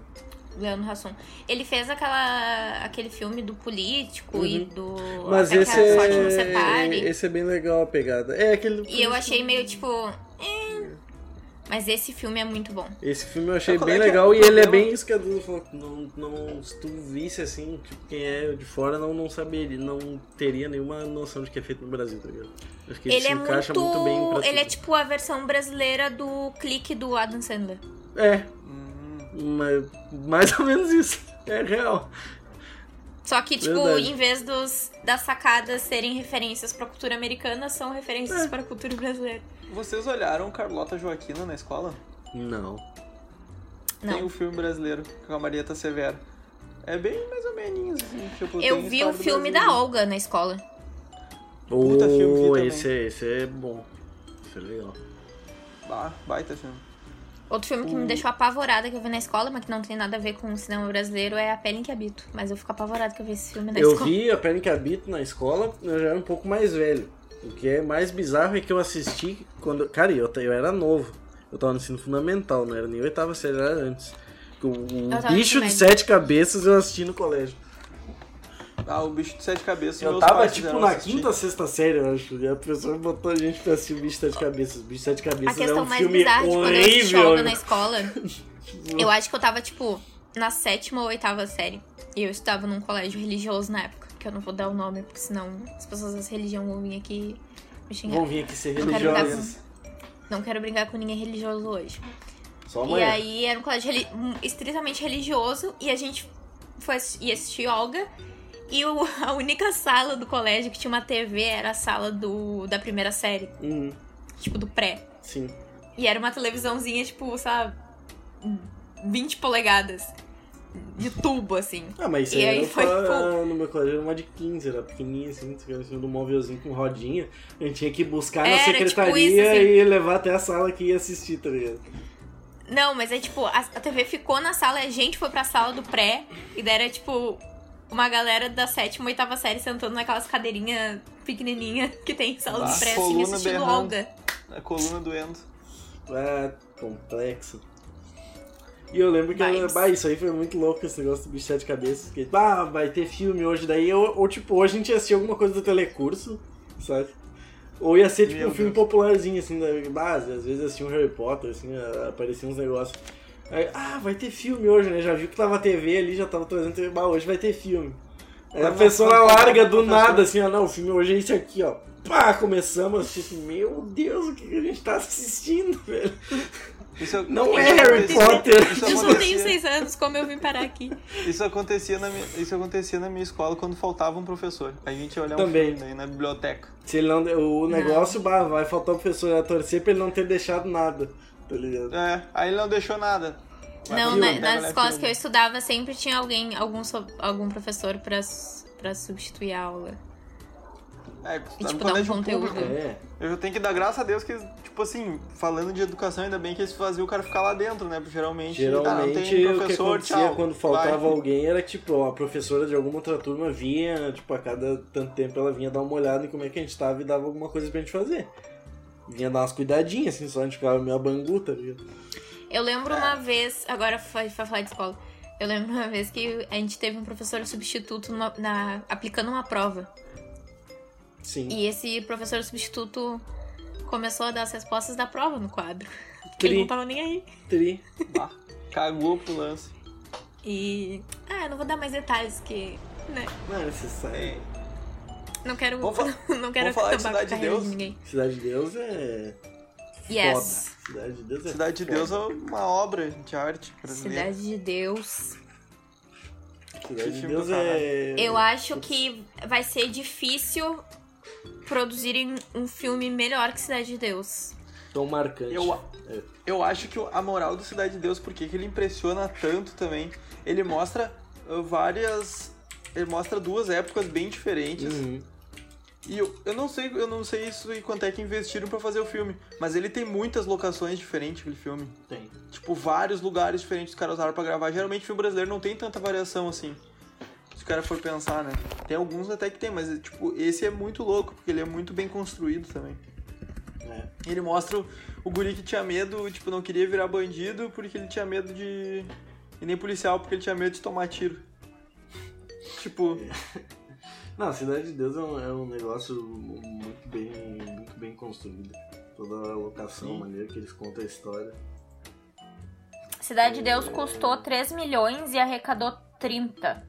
S3: Leandro Hassum. Ele fez aquela, aquele filme do político e
S1: Uhum.
S3: do.
S1: Mas
S3: Até
S1: esse
S3: que a sorte não
S1: é...
S3: separe.
S1: esse é bem legal a pegada. É aquele.
S3: E eu achei meio tipo. "Eh". Mas esse filme é muito bom.
S1: Esse filme eu achei
S2: Mas qual
S1: bem
S2: é que é
S1: legal
S2: o
S1: e ele é
S2: problema?
S1: bem isso que a Duda falou. Não, não, se tu visse assim, tipo, quem é de fora não, não saberia, não teria nenhuma noção de que é feito no Brasil, tá ligado? Acho que ele,
S3: Ele
S1: se
S3: é
S1: encaixa
S3: muito.
S1: muito, bem pra
S3: ele é
S1: tudo.
S3: tipo a versão brasileira do clique do Adam Sandler.
S1: É,
S2: Hum,
S1: mas, mais ou menos isso. É real.
S3: Só que, tipo,
S1: Verdade.
S3: em vez dos, das sacadas serem referências pra cultura americana, são
S1: É.
S3: referências pra cultura brasileira.
S2: vocês olharam Carlota Joaquina na escola?
S1: Não.
S3: Não.
S1: um-
S2: Tem o filme brasileiro com a Marieta Severo. É bem mais ou menos assim, tipo,
S3: Eu
S1: um
S2: tem
S3: vi
S2: história
S3: o
S2: do
S3: filme
S2: Brasil.
S3: da Olga na escola.
S1: Puta
S2: filme vi também.
S1: esse, é, esse é bom. Esse é legal.
S2: Bah, baita filme.
S3: Outro filme que me deixou apavorada que eu vi na escola, mas que não tem nada a ver com o cinema brasileiro, é A Pele em que Habito. Mas eu fico apavorada que eu vi esse filme na
S1: eu
S3: escola.
S1: vi a Pele que Habito na escola, eu já era um pouco mais velho. O que é mais bizarro é que eu assisti quando. Cara, eu, ta- eu era novo. Eu tava no ensino fundamental, não era nem oitava série, era antes. O, o
S3: tava no
S1: bicho
S3: ensino
S1: de
S3: médio.
S1: sete cabeças eu assisti no colégio.
S2: Ah, o bicho de sete cabeças.
S1: Eu
S2: meus
S1: tava
S2: pais
S1: tipo
S2: fizeram
S1: na
S2: assistir.
S1: quinta, sexta série, eu acho. E a professora botou a gente pra assistir o bicho de sete cabeças. O bicho de sete
S3: A
S1: cabeças é
S3: questão
S1: um
S3: mais
S1: filme
S3: bizarra de quando eu assisti
S1: horrível.
S3: Olga na escola, eu acho que eu tava, tipo, na sétima ou oitava série. E eu estudava num colégio religioso na época, que eu não vou dar o nome, porque senão as pessoas dessa religião vão vir aqui me xingar.
S1: Vão vir aqui ser
S3: Não quero brigar
S1: religiosos.
S3: com, não quero brigar com ninguém religioso hoje.
S1: Só
S3: E
S1: amanhã.
S3: aí era um colégio reli- um- estritamente religioso e a gente foi assi- ia assistir Olga. E o- a única sala do colégio que tinha uma TV era a sala do, da primeira série,
S1: Uhum,
S3: tipo do pré.
S1: sim.
S3: E era uma televisãozinha, tipo, sabe, 20 polegadas. De tubo, assim.
S1: Ah, mas isso
S3: E
S1: aí,
S3: aí
S1: era
S3: foi,
S1: pra-
S3: pô.
S1: no meu colégio era uma de 15, era pequenininha assim, ficava em cima de um móvelzinho com rodinha. A gente tinha que buscar na
S3: Era, tipo,
S1: secretaria
S3: isso, assim.
S1: e levar até a sala que ia assistir, tá ligado?
S3: Não, mas é tipo, a, a TV ficou na sala, a gente foi pra sala do pré, e daí era tipo uma galera da sétima, oitava série sentando naquelas cadeirinhas pequenininhas que tem em sala
S2: Bah,
S3: do pré, assim,
S2: coluna
S3: assistindo
S2: berrando.
S3: Olga.
S2: A coluna doendo.
S1: Ah, complexo. E eu lembro que eu,
S3: Vibes.
S1: bah, isso aí foi muito louco, esse negócio do bicho de sete cabeças. Que, bah, vai ter filme hoje, daí ou, ou tipo, hoje a gente ia assistir alguma coisa do telecurso, sabe? Ou ia ser tipo
S2: Meu
S1: um filme
S2: Deus.
S1: popularzinho, assim, da base. Às vezes assistia um Harry Potter, assim, a- aparecia uns negócios. Aí, ah, vai ter filme hoje, né? Já viu que tava TV ali, já tava trazendo TV, bah, hoje vai ter filme. Aí a
S2: Tá
S1: pessoa
S2: marcando,
S1: larga do
S2: professor.
S1: nada, assim, ó, não, o filme hoje é isso aqui, ó. Pá, começamos a assistir. Meu Deus, o que que a gente tá assistindo, velho?
S2: Isso,
S1: Não
S2: isso
S1: é Harry
S2: acontecia-
S1: Potter.
S2: Isso
S3: Eu só tenho
S2: acontecia-
S3: seis anos, como eu vim parar aqui?
S2: Isso acontecia, na minha, isso acontecia na minha escola quando faltava um professor. A gente ia olhar
S1: Também.
S2: um filme daí na biblioteca. É.
S1: é Se ele não, o negócio bah, vai faltar o professor a torcer pra ele não ter deixado nada. tá ligado?
S2: É, aí ele não deixou nada.
S3: Não,
S2: Viu? né,
S3: na-
S2: Pega
S3: nas
S2: leve
S3: escolas
S2: no-
S3: que eu estudava sempre tinha alguém, algum, so- algum professor pra, s- pra substituir a aula.
S2: É,
S3: E,
S2: no
S3: tipo, dar um
S2: colégio
S3: conteúdo.
S2: público,
S1: É,
S2: Eu já tenho que dar graças a Deus que, tipo assim, falando de educação, ainda bem que eles faziam o cara ficar lá dentro, né? Porque geralmente, ah, não
S1: geralmente
S2: tem
S1: o que
S2: professor,
S1: acontecia
S2: tchau.
S1: quando faltava
S2: vai.
S1: alguém era tipo, ó, a professora de alguma outra turma vinha, tipo, a cada tanto tempo ela vinha dar uma olhada em como é que a gente tava e dava alguma coisa pra gente fazer. Vinha dar umas cuidadinhas, assim, só a gente ficava meio tá abanguta, viu?
S3: Eu lembro
S2: É.
S3: uma vez, agora foi pra falar de escola. Eu lembro uma vez que a gente teve um professor substituto numa- na, aplicando uma prova.
S1: Sim.
S3: E esse professor substituto começou a dar as respostas da prova no quadro. Porque ele
S1: Tri,
S3: não tava nem aí.
S1: tri.
S2: Ah, cagou pro lance.
S3: E. Ah, eu não vou dar mais detalhes que. Né?
S1: Não é necessário.
S3: Não quero.
S2: Vamos fa-
S3: não quero
S2: vamos falar de
S3: acabar com a
S2: Cidade de
S3: carreira
S2: Deus?
S3: de ninguém.
S1: Cidade de Deus é.
S3: Yes.
S1: Foda. Cidade de Deus é.
S2: Cidade de Deus é
S1: foda.
S2: uma obra de arte brasileira.
S3: Cidade de Deus.
S2: é
S1: Cidade de
S2: Filme
S1: Deus
S2: do caralho.
S1: é.
S3: Eu acho que vai ser difícil produzirem um filme melhor que Cidade de Deus.
S1: Tão marcante.
S2: Eu,
S1: É.
S2: eu acho que a moral do Cidade de Deus, porque que ele impressiona tanto também, ele mostra uh, várias. Ele mostra duas épocas bem diferentes.
S1: Uhum.
S2: E eu, eu não sei, eu não sei isso e quanto é que investiram pra fazer o filme. Mas ele tem muitas locações diferentes, aquele filme.
S1: Tem.
S2: Tipo, vários lugares diferentes os caras usaram pra gravar. Geralmente filme brasileiro não tem tanta variação assim. Se o cara for pensar, né? Tem alguns até que tem, mas tipo, esse é muito louco, porque ele é muito bem construído também.
S1: É.
S2: Ele mostra o, o guri que tinha medo, tipo, não queria virar bandido porque ele tinha medo de. E nem policial porque ele tinha medo de tomar tiro. Tipo,
S1: É. Não, Cidade de Deus é um, é um negócio muito bem, muito bem construído. Toda a locação,
S2: Sim.
S1: a maneira que eles contam a história.
S3: Cidade de Deus custou 3 milhões e arrecadou 30.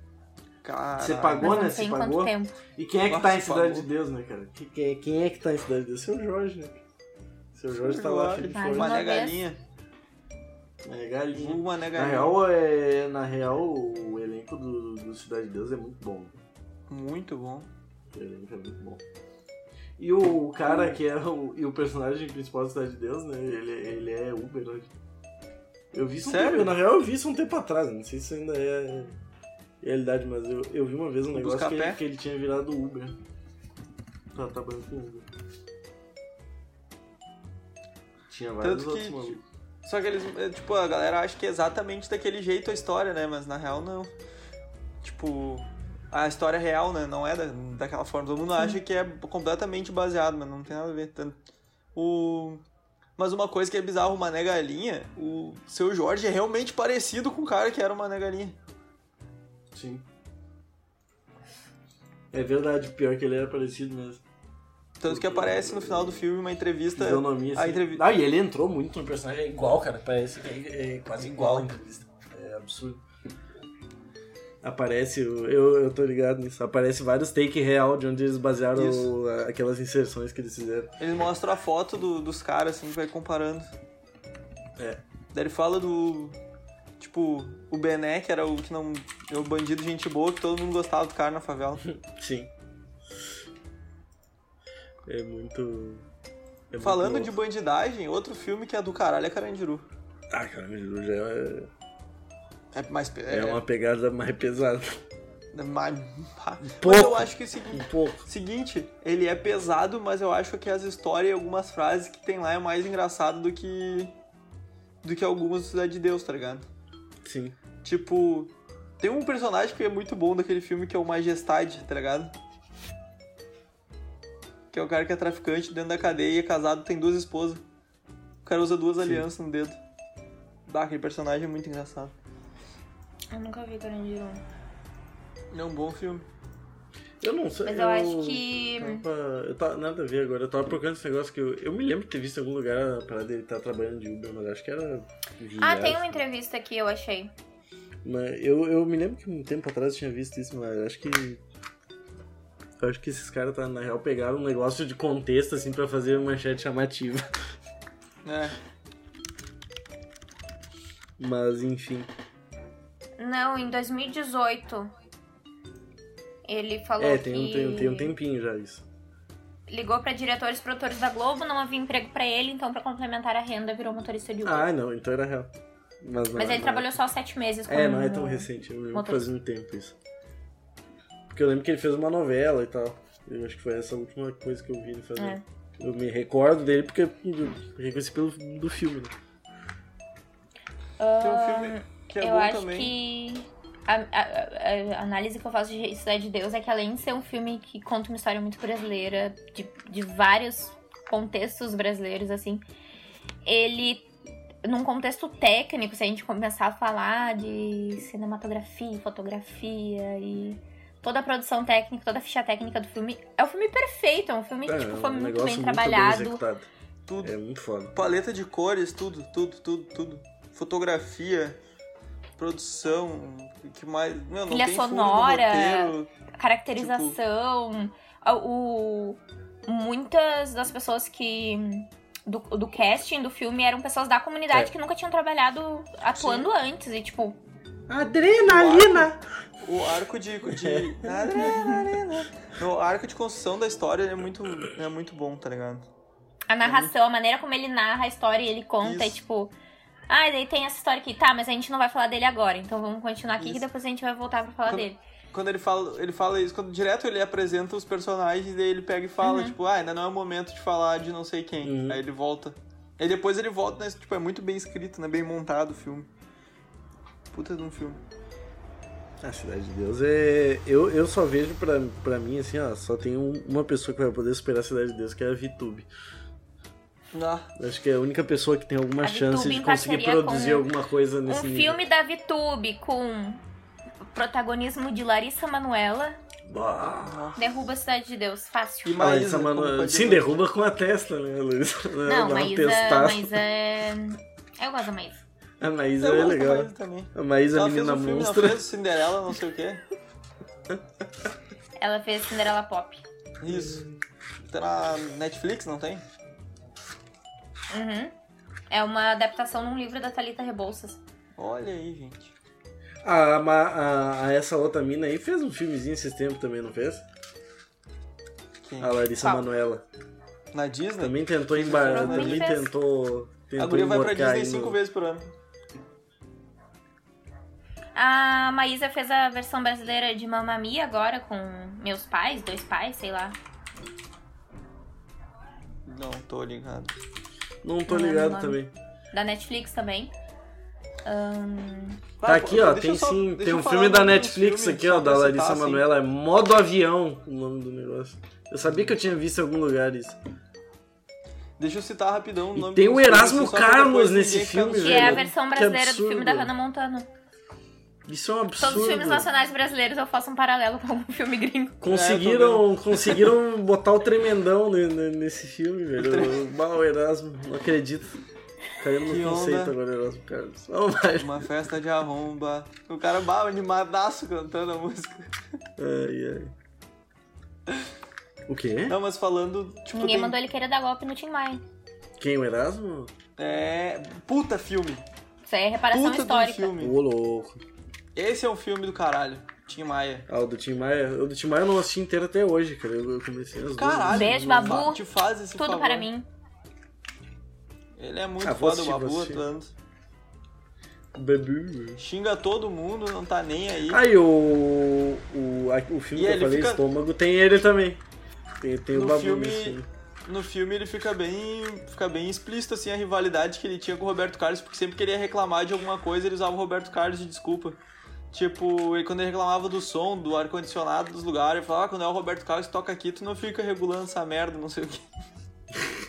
S2: cara.
S1: Você pagou?
S3: Mas não
S1: né? Se
S3: sei em quanto
S1: pagou?
S3: tempo.
S1: E quem é que tá em
S2: Nossa,
S1: Cidade
S2: por
S1: de Deus, né, cara? Que- Quem, quem é que tá em Cidade de Deus? Seu Jorge, né? Seu Jorge tá lá, filho de
S3: Jorge.
S1: força.
S3: Uma
S2: Tipo, Mané
S3: vez.
S2: Galinha.
S1: É galinha.
S2: Vulgo Mané
S1: Na
S2: Galinha.
S1: real, é, na real, o elenco do, do Cidade de Deus é muito bom.
S2: Muito bom.
S1: O elenco é muito bom. E o cara que é o, e o personagem principal da Cidade de Deus, né? Ele, ele é Uber hoje. Eu vi isso um
S2: Sério?
S1: tempo- na real, eu vi isso um tempo atrás. Não sei se ainda é realidade, mas eu, eu vi uma vez um
S2: Busca
S1: negócio que ele,
S2: pé?
S1: que ele tinha virado Uber. Tá trabalhando com Uber. Tinha vários
S2: Tanto
S1: outros
S2: que-
S1: malucos.
S2: Só que eles, é, tipo, a galera acha que é exatamente daquele jeito a história, né? Mas na real não. Tipo, a história real, né? Não é da, daquela forma. Todo mundo acha que é completamente baseado, mas não tem nada a ver tanto. O... Mas uma coisa que é bizarro, o Mané Galinha, o seu Jorge é realmente parecido com o cara que era o Mané Galinha.
S1: Sim. É verdade, pior que ele era parecido mesmo.
S2: Tanto que aparece no final do filme uma entrevista.
S1: Fisionomia,
S2: a
S1: assim.
S2: entrevi-
S1: Ah, e ele entrou muito no personagem, é igual, cara. Parece que é, é quase igual a entrevista. É absurdo. Aparece, o- eu, eu tô ligado nisso, aparece vários take real de onde eles basearam
S2: Isso.
S1: o- a- aquelas inserções que eles fizeram.
S2: Eles mostram a foto do- dos caras, assim, vai comparando.
S1: É.
S2: Daí ele fala do. Tipo, o Bené, que era o que não. é O bandido gente boa, que todo mundo gostava do cara na favela.
S1: Sim. É muito... é muito
S2: Falando
S1: louco.
S2: de bandidagem, outro filme que é do caralho é Carandiru.
S1: Ah, cara, já é,
S2: É mais. pe-
S1: é uma pegada mais pesada.
S2: é mais- Mas
S1: Um pouco.
S2: eu acho que é o seguinte.
S1: Um pouco.
S2: Seguinte, ele é pesado, mas eu acho que as histórias e algumas frases que tem lá é mais engraçado do que. do que algumas do Cidade de Deus, tá ligado?
S1: Sim.
S2: Tipo, tem um personagem que é muito bom daquele filme que é o Majestade, tá ligado? Que é o cara que é traficante dentro da cadeia, casado, tem duas esposas. O cara usa duas alianças no dedo. Bah, aquele personagem é muito engraçado.
S3: Eu nunca vi Carandiru.
S2: É um bom filme.
S1: Eu não sei.
S3: Mas eu acho que-
S1: Tava, eu tava, nada a ver agora. Eu tava procurando esse negócio que eu. Eu me lembro de ter visto em algum lugar a parada dele tá trabalhando de Uber, mas acho que era.
S3: Ah,
S1: viagem.
S3: tem uma entrevista aqui, eu achei.
S1: Mas eu, eu me lembro que um tempo atrás eu tinha visto isso, mas acho que. Eu acho que esses caras, tá, na real, pegaram um negócio de contexto, assim, pra fazer uma manchete chamativa.
S2: É.
S1: Mas, enfim.
S3: Não, em 2018. Ele falou
S1: É,
S3: que...
S1: um, tem um, tem, tem um tempinho já isso.
S3: ligou pra diretores e produtores da Globo, não havia emprego pra ele, então pra complementar a renda virou motorista de Uber.
S1: Ah, não, então era real. Mas, não,
S3: Mas ele
S1: não
S3: trabalhou só sete meses
S1: É, não é
S3: como-
S1: tão recente, eu lembro que
S3: motorista.
S1: fazia um tempo isso. Porque eu lembro que ele fez uma novela e tal. Eu acho que foi essa a última coisa que eu vi ele fazer.
S3: É.
S1: Eu me recordo dele porque eu reconheci pelo do filme, né?
S2: Tem um filme que é
S3: Ah, eu
S2: bom
S3: acho
S2: também.
S3: que a, a- a- a análise que eu faço de Cidade de Deus é que além de ser um filme que conta uma história muito brasileira, de, de vários contextos brasileiros, assim, ele, num contexto técnico, se a gente começar a falar de cinematografia, fotografia e toda a produção técnica, toda a ficha técnica do filme, é um filme perfeito, é um filme que tipo, foi muito bem trabalhado.
S1: executado.
S2: Tudo.
S1: É muito foda.
S2: Paleta de cores, tudo, tudo, tudo, tudo. Fotografia, produção, o que mais. Meu, não
S3: Trilha
S2: tem fundo no
S3: sonora.
S2: roteiro.
S3: caracterização, a- o, muitas das pessoas que do, do casting do filme eram pessoas da comunidade
S1: É.
S3: que nunca tinham trabalhado atuando antes e tipo
S1: Adrenalina!
S2: O arco de. de... Adrenalina. o arco de construção da história ele é muito, é muito bom, tá ligado?
S3: a narração, a maneira como ele narra a história e ele
S2: Isso.
S3: conta, e, tipo, ah, daí tem essa história aqui, tá, mas a gente não vai falar dele agora, então vamos continuar aqui
S2: Isso.
S3: que depois a gente vai voltar pra falar
S2: Quando-
S3: dele.
S2: Quando ele fala, ele fala isso, quando direto ele apresenta os personagens, daí ele pega e fala, tipo, ah, ainda não é o momento de falar de não sei quem.
S1: Uhum.
S2: Aí ele volta. Aí depois ele volta, né? Tipo, é muito bem escrito, né? Bem montado o filme. Puta de um filme.
S1: A Cidade de Deus é. Eu, eu só vejo pra, pra mim, assim, ó, só tem um- uma pessoa que vai poder superar a Cidade de Deus, que é a VTube.
S2: Ah,
S1: Acho que é a única pessoa que tem alguma
S3: A
S1: chance
S3: VTube
S1: de
S3: em
S1: conseguir
S3: parceria
S1: produzir
S3: com
S1: alguma coisa
S3: Um
S1: nesse nível.
S3: filme da VTube com protagonismo de Larissa Manuela
S1: Bah.
S2: nossa.
S3: derruba a Cidade de Deus, fácil.
S2: E
S1: Ah,
S2: Maísa,
S1: essa
S2: como
S1: mano...
S2: pode
S1: Sim,
S2: dizer?
S1: derruba com a testa, né, Luiz?
S3: tipo, Não,
S1: Dá um
S3: Maísa,
S1: testaço.
S3: Maísa é. Eu gosto da Maísa.
S1: A Maísa
S2: Eu
S1: é
S2: gosto da
S1: legal.
S2: Maísa também.
S1: A Maísa, é
S2: Ela
S1: a
S2: fez
S1: menina
S2: um filme, ela
S1: monstra.
S2: fez Cinderela, não sei o quê.
S3: Ela fez Cinderela Pop.
S2: Isso. Tá na Netflix, não tem?
S3: Uhum. É uma adaptação num livro da Thalita Rebouças.
S2: Olha aí, gente.
S1: A, Ma- a- a essa outra mina aí fez um filmezinho esses tempos também, não fez?
S2: Quem?
S1: A Larissa
S3: Qual?
S1: Manuela.
S2: Na Disney?
S1: Também tentou embar...
S2: Provavelmente
S1: Também
S3: fez.
S1: tentou... tentou
S2: A guria vai pra
S1: emborcar
S2: Disney
S1: aí no-
S2: cinco vezes por ano.
S3: A Maísa fez a versão brasileira de Mamma Mia agora com meus pais, dois pais, sei lá.
S2: Não, tô ligado.
S1: Não tô
S3: Não é lembro o
S1: ligado
S3: nome.
S1: também.
S3: Da Netflix também.
S1: Tá
S2: Vai,
S1: aqui,
S2: pô,
S1: ó,
S2: deixa
S1: tem
S2: eu só-
S1: sim.
S2: deixa
S1: Tem
S2: eu
S1: um
S2: falar
S1: filme
S2: o
S1: da
S2: nome dos
S1: Netflix
S2: filmes,
S1: aqui, ó,
S2: só
S1: da
S2: pra
S1: Larissa
S2: citar, assim.
S1: Manoela. É Modo Avião o nome do negócio. Eu sabia que eu tinha visto em algum lugar isso.
S2: Deixa eu citar rapidão o
S1: E
S2: nome
S1: tem
S2: dos
S1: o Erasmo
S2: filmes, só pra depois
S1: Carlos
S2: ninguém
S1: nesse
S2: ficar no
S1: filme,
S3: Que
S1: velho.
S3: é a
S1: que
S3: versão brasileira do filme da
S1: absurdo.
S3: Hannah Montana.
S1: Isso é um absurdo.
S3: Todos os filmes nacionais brasileiros eu faço um paralelo com algum filme gringo.
S2: É,
S1: Conseguiram, conseguiram botar o tremendão ne- ne- nesse filme, velho. O Bah, o Erasmo, não acredito. Caiu
S2: Que
S1: no
S2: onda.
S1: conceito agora, Erasmo Carlos. Vamos lá.
S2: Uma festa de arromba. O cara bah, animadaço cantando a música.
S1: Ai, ai. O quê?
S2: Não, mas falando, tipo,
S3: Ninguém
S2: tem-
S3: mandou ele querer dar golpe no Tim Maia.
S1: Quem, o Erasmo?
S2: é, puta filme.
S3: Isso aí é reparação
S2: Puta do
S3: histórica.
S2: filme.
S1: Ô, louco.
S2: Esse é um filme do caralho. Tim Maia.
S1: Ah, o do Tim Maia. O do Tim Maia eu não assisti inteiro até hoje, cara. Eu, eu comecei as duas. assim,
S2: Caralho.
S3: Beijo,
S2: fa-
S3: Babu.
S2: Te faz esse
S3: Tudo
S2: favor.
S3: para mim.
S2: Ele é muito
S1: Ah, vou
S2: foda, o
S1: assistir, vou
S2: Babu
S1: assistir.
S2: atuando.
S1: Babu.
S2: Xinga todo mundo, não tá nem aí.
S1: Aí o, o, a- o filme
S2: E
S1: que eu
S2: ele
S1: falei,
S2: fica-
S1: Estômago, tem ele também. Tem, tem o
S2: No
S1: Babu
S2: filme-
S1: nesse filme.
S2: No filme ele fica bem, fica bem explícito assim a rivalidade que ele tinha com o Roberto Carlos, porque sempre que ele ia reclamar de alguma coisa, ele usava o Roberto Carlos de desculpa. Tipo, ele, quando ele reclamava do som, do ar-condicionado dos lugares, ele falava, ah, quando é o Roberto Carlos que toca aqui, tu não fica regulando essa merda, não sei o que.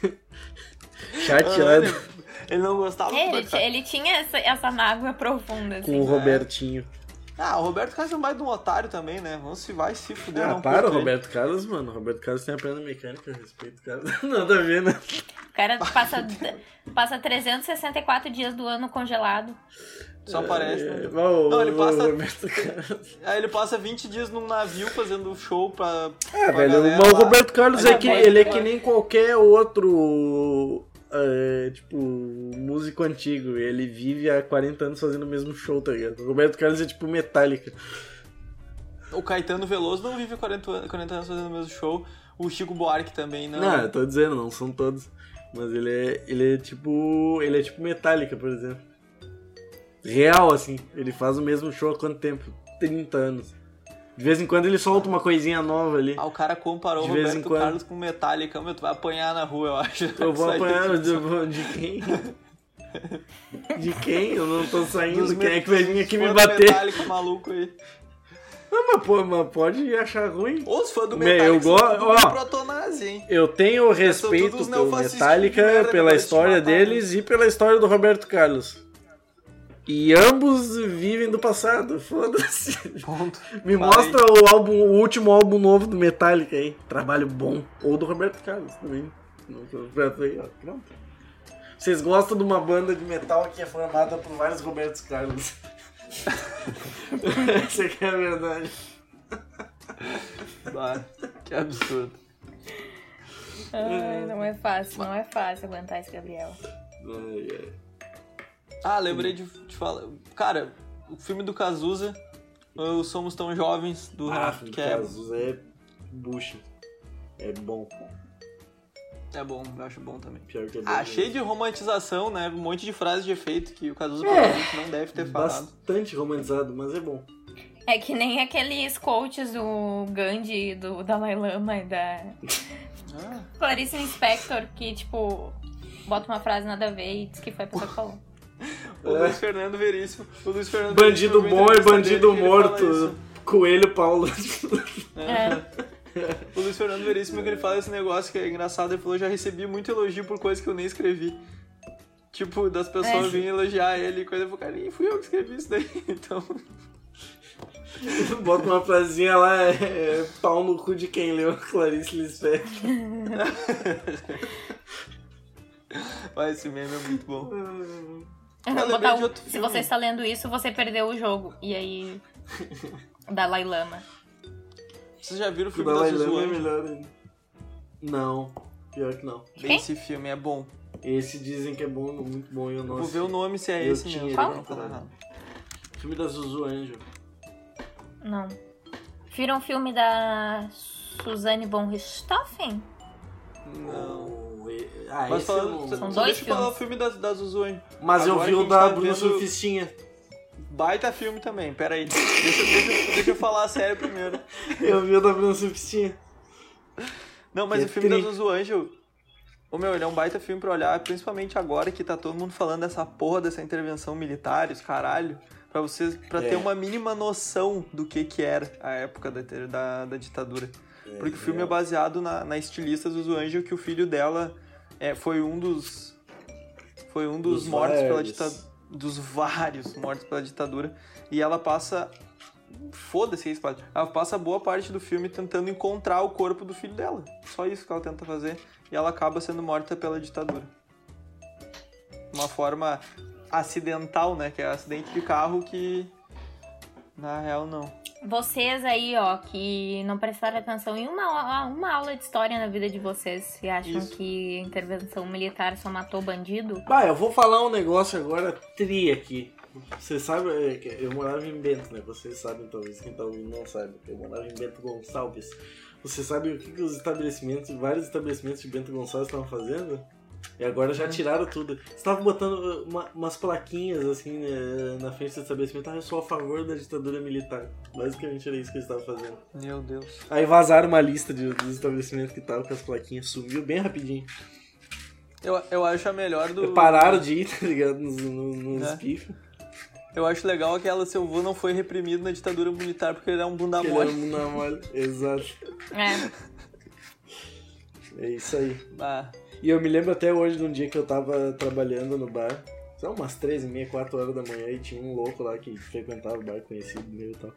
S2: Ah,
S1: Chateado
S2: Ele não gostava do
S3: É, Ele,
S2: Roberto Carlos.
S3: ele tinha essa, essa mágoa profunda, assim.
S1: com o
S2: é.
S1: Robertinho.
S2: Ah, o Roberto Carlos é mais de um otário também, né? Vamos se vai se fuder.
S1: Ah,
S2: não
S1: para o
S2: curto ele.
S1: Roberto Carlos, mano. O Roberto Carlos tem a perna mecânica, eu respeito o cara. Nada a ver, né?
S3: O cara passa, passa 364 dias do ano congelado.
S2: Só aparece, né?
S1: É, o-
S2: Não, ele
S1: o
S2: passa-
S1: Roberto Carlos.
S2: Aí ele passa 20 dias num navio fazendo show pra.
S1: Ah,
S2: pra
S1: velho,
S2: galera
S1: mas o
S2: lá.
S1: Roberto Carlos
S2: Mas
S1: é
S2: é
S1: que,
S2: bom,
S1: ele é
S2: né?
S1: que nem qualquer outro, é, tipo, músico antigo. Ele vive há 40 anos fazendo o mesmo show, tá ligado? O Roberto Carlos é tipo Metallica.
S2: O Caetano Veloso não vive 40 anos, 40 anos fazendo o mesmo show. O Chico Buarque também não.
S1: Não, eu tô dizendo, não são todos. Mas ele é, ele é tipo. Ele é tipo Metallica, por exemplo. Real, assim. Ele faz o mesmo show há quanto tempo? 30 anos. De vez em quando ele solta uma coisinha nova ali.
S2: Ah, o cara comparou o
S1: De vez
S2: Roberto
S1: em quando.
S2: Carlos com Metallica. Meu, tu vai apanhar na rua, eu acho.
S1: Eu vou
S2: Isso aí.
S1: apanhar eu vou- de quem? De quem? Eu não tô saindo. Quem é que vai vir aqui me
S2: Fã do
S1: bater?
S2: Metallica maluco aí.
S1: Não, mas, pô, mas pode achar ruim.
S2: Ou os fãs do
S1: Meu,
S2: Metallica
S1: eu
S2: são
S1: go-
S2: tudo
S1: ó.
S2: protonazi, hein?
S1: Eu tenho
S2: são
S1: respeito
S2: todos
S1: pelo
S2: neofascistas de
S1: Metallica,
S2: merda,
S1: pela
S2: vai te
S1: história
S2: matar,
S1: deles e pela história do Roberto Carlos. E ambos vivem do passado, foda-se.
S2: Ponto.
S1: Me
S2: Falei.
S1: mostra o, álbum, o último álbum novo do Metallica aí. Trabalho bom. Ou do Roberto Carlos também. Não, tô- já tô
S2: Ah,
S1: aí, ó, pronto.
S2: tá.
S1: Vocês gostam de uma banda de metal que é formada por vários Robertos Carlos. Essa aqui é a verdade.
S2: Bah, que absurdo.
S4: Ai, não é fácil, não é fácil aguentar esse Gabriel.
S1: Ai, ai.
S2: Ah, lembrei de, de falar. Cara, o filme do Cazuza, o Somos Tão Jovens, do Renato
S1: que
S2: Quebra.
S1: Ah, Cazuza é bucha. É bom.
S2: É bom, eu acho bom também.
S1: Pior que é bom.
S2: Ah, cheio de romantização, né? Um monte de frase de efeito que o
S1: É.
S2: Cazuza provavelmente não deve ter falado.
S1: Bastante romantizado, mas é bom.
S4: É que nem aqueles coaches do Gandhi, do Dalai Lama e da
S2: Ah,
S4: Clarice Inspector, que, tipo, bota uma frase nada a ver e diz que foi a pessoa que falou.
S2: o
S1: É.
S2: Luiz Fernando Veríssimo. O Luiz Fernando
S1: Bandido
S2: Veríssimo, eu vi
S1: bom é
S2: entrevista
S1: bandido
S2: dele que ele fala
S1: morto.
S2: isso.
S1: Coelho Paulo.
S2: É. O Luiz Fernando Veríssimo que ele fala esse negócio que é engraçado, ele falou, já recebi muito elogio por coisa que eu nem escrevi. Tipo, das pessoas
S4: É.
S2: virem elogiar ele, coisa, eu falo, cara, nem fui eu que escrevi isso daí, então...
S1: Bota uma frasinha lá, é, é pau no cu de quem leu Clarice Lispector.
S2: Vai, esse meme é muito bom. lembrei
S4: Botar
S2: de
S4: um,
S2: outro
S4: se
S2: filme.
S4: você está lendo isso, você perdeu o jogo. E aí. Dalai Lama.
S2: Vocês já viram o
S1: O
S2: filme tá da
S1: Dalai Lama é
S2: Zuzuane?
S1: melhor ainda. Não, pior que não.
S2: Bem, Esse filme é bom.
S1: Esse dizem que é bom, muito bom, e eu não
S2: Vou ver o
S1: assisti.
S2: nome se é
S1: Eu
S2: esse
S1: tinha
S2: mesmo.
S1: ele
S2: pra não
S1: na
S2: falar
S1: parada.
S2: errado.
S1: Filme da Zuzu Angel.
S4: Não. Viram o filme da Suzanne von Richthofen?
S2: Não.
S1: Oh, e- ah,
S2: Mas
S1: esse eu
S2: falando,
S1: não-
S4: São
S2: só
S4: dois
S2: deixa eu falar o
S4: filmes.
S2: filme da, da Zuzuane.
S1: Mas eu
S2: Agora
S1: vi
S2: que a
S1: o
S2: gente
S1: da
S2: tá
S1: Bruna
S2: vendo-
S1: Surfistinha.
S2: Baita filme também, peraí. Deixa, eu- deixa, eu- deixa eu falar a sério primeiro.
S1: Eu vi o da Bruna Surfistinha.
S2: Não, mas
S1: Que
S2: o filme da
S1: tri.
S2: Zuzu Angel. Ô meu, ele é um baita filme pra olhar, principalmente agora que tá todo mundo falando dessa porra dessa intervenção militar, os caralho. Pra vocês, pra
S1: É.
S2: ter uma mínima noção do que que era a época da, ter- da, da ditadura. Porque o filme é baseado na, na estilista Zuzu Angel, que o filho dela é, foi um dos. Foi um dos,
S1: Dos
S2: mortos pela
S1: vários.
S2: ditadura. Dos vários mortos pela ditadura. E ela passa. Foda-se isso, padre. Ela passa boa parte do filme tentando encontrar o corpo do filho dela. Só isso que ela tenta fazer. E ela acaba sendo morta pela ditadura. Uma forma acidental, né? Que é acidente de carro que. Na real, não.
S4: Vocês aí, ó, que não prestaram atenção em uma, a- uma aula de história na vida de vocês e acham
S2: Isso.
S4: que intervenção militar só matou bandido?
S1: Bah, eu vou falar um negócio agora tri aqui. Você sabe, é, que eu morava em Bento, né? Vocês sabem, talvez quem tá ouvindo não sabe. Eu morava em Bento Gonçalves. Você sabe o que, que os estabelecimentos, vários estabelecimentos de Bento Gonçalves estavam fazendo? E agora
S2: Hum.
S1: já tiraram tudo. Estavam botando uh, uma- umas plaquinhas assim né, na frente do estabelecimento. Ah, eu sou a favor da ditadura militar. Basicamente era isso que eles estavam fazendo.
S2: Meu Deus.
S1: Aí vazaram uma lista de- dos estabelecimentos que estavam com as plaquinhas. Sumiu bem rapidinho.
S2: Eu, eu acho a melhor do.
S1: Pararam de ir, tá ligado? Nos, nos, nos
S2: É.
S1: pifes.
S2: Eu acho legal aquela seu avô não foi reprimido na ditadura militar porque ele é um bunda
S1: Ele
S2: mole.
S1: é um na mole. Exato.
S4: É.
S1: É isso aí.
S2: Ah,
S1: E eu me lembro até hoje de um dia que eu tava trabalhando no bar. São umas três e meia, quatro horas da manhã e tinha um louco lá que frequentava o bar conhecido meu e tal.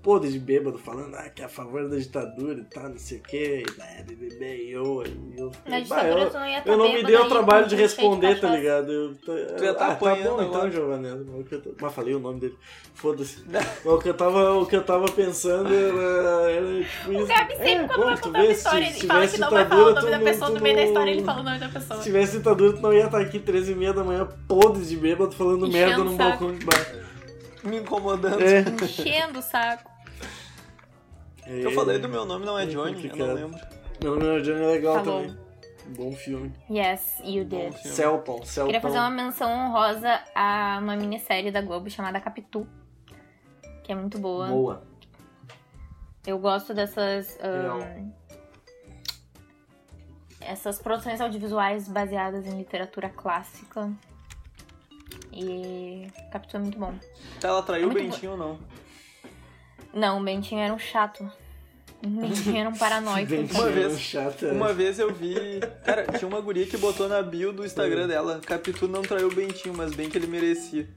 S1: Pô, de bêbado falando ah, que é a favor da ditadura e tal, não sei o que. E eu, e eu,
S4: Na
S1: bah,
S4: ditadura
S1: eu,
S4: tu não ia tá
S1: eu não me
S4: bêbado
S1: dei o
S4: aí,
S1: trabalho
S4: com
S1: de
S4: cheio
S1: responder, tá
S4: cachaça.
S1: ligado? Eu, tá,
S2: Tu ia tá
S1: ah, tá
S2: apanhando
S1: bom então,
S2: agora.
S1: Giovanello. O que eu tô- Mas falei o nome dele. Foda-se. o, que eu tava, o que eu tava pensando era, era tipo isso.
S4: O Gabi sempre,
S1: É,
S4: quando
S1: bom,
S4: vai
S1: tu
S4: contar
S1: vê,
S4: uma
S1: se-
S4: história,
S1: se
S4: ele fala
S1: tivesse
S4: que não vai falar o
S1: ditadura,
S4: nome
S1: tu
S4: da
S1: não-
S4: pessoa,
S1: tu
S4: no meio da
S1: não-
S4: história ele fala o nome da
S1: Se
S4: pessoa.
S1: tivesse ditadura, tu não ia estar aqui 13 e meia da manhã, podres de bêbado, falando
S4: Enchendo
S1: merda num
S4: o saco.
S1: balcão de bar.
S2: me incomodando.
S1: É.
S4: Enchendo o saco.
S2: Eu falei do meu nome, não é
S1: É
S2: Johnny, eu
S1: complicado.
S2: não lembro.
S1: Angelina Jolie é legal
S4: Tá
S5: Falou.
S1: também. Bom filme.
S3: Yes, you
S2: Bom
S3: did.
S2: filme.
S1: Celton, Celton.
S3: Queria fazer uma menção honrosa a uma minissérie da Globo chamada Capitu, que é muito boa.
S1: boa.
S3: Eu gosto dessas.
S4: Ah,
S3: ahn,
S1: Legal.
S3: essas produções audiovisuais baseadas em literatura clássica. E. Capitu é muito bom.
S2: Tá, Ela
S1: É
S2: traiu o
S3: Muito
S2: Bentinho ou não?
S3: Não, o Bentinho era um chato. O Bentinho era um paranoico.
S1: Bem
S2: Uma vez-
S1: chata, é chata.
S2: Uma vez eu vi. Cara, tinha uma guria que botou na bio do Instagram dela: Capitu não traiu o Bentinho, mas bem que ele merecia.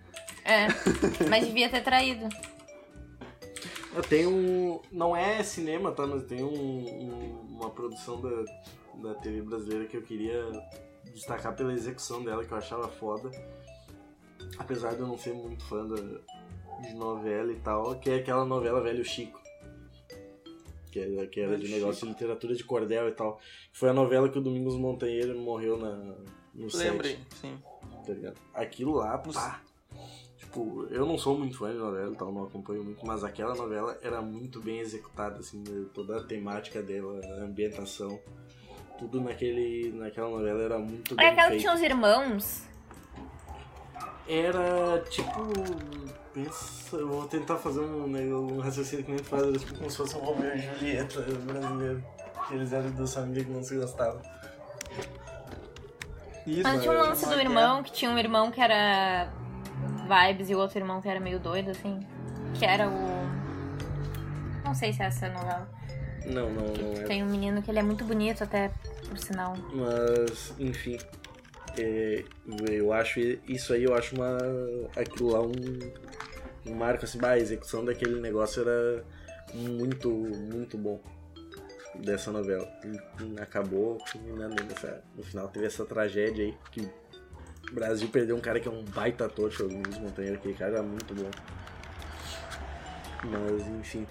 S3: É. Mas devia ter traído.
S1: Ah, Tem um. Não é cinema, tá? Mas tem um, um- uma produção da, da TV brasileira que eu queria destacar pela execução dela, que eu achava foda. Apesar de eu não ser muito fã da- de novela e tal, que é aquela novela Velho Chico. Que era, que era de
S2: Velho
S1: negócio de literatura de cordel e tal. Foi a novela que o Domingos Montanheiro morreu na, no set
S2: Lembrem, sim.
S1: tá ligado? Aquilo lá, pá. Tipo, eu não sou muito fã de novela e tal, não acompanho muito, mas aquela novela era muito bem executada, assim, né? toda a temática dela, a ambientação, tudo naquele, naquela novela era muito
S3: É
S1: bem
S3: aquela que
S1: feito.
S3: tinha os irmãos.
S1: Era tipo. Pensa, eu vou tentar fazer um, né, um raciocínio que nem tu faz, era tipo como se fosse um Romeu e Julieta brasileiro. que Eles eram dois amigos que não se gostavam.
S2: Isso,
S3: Mas tinha um
S1: era
S3: lance
S2: uma
S3: do irmão, que tinha um irmão que era vibes e o outro irmão que era meio doido, assim. Que era o. Não sei se é essa novela.
S1: Não, não, não era.
S3: Tem um menino que ele é muito bonito, até por sinal.
S1: Mas, enfim. é, eu acho isso aí, eu acho uma. aquilo lá um, um marco assim, bah, a execução daquele negócio era muito, muito bom dessa novela. E- e Acabou culminando nessa. No final teve essa tragédia aí que o Brasil perdeu um cara que é um baita ator, que é o Luiz Montanheiro, aquele cara era muito bom. Mas enfim.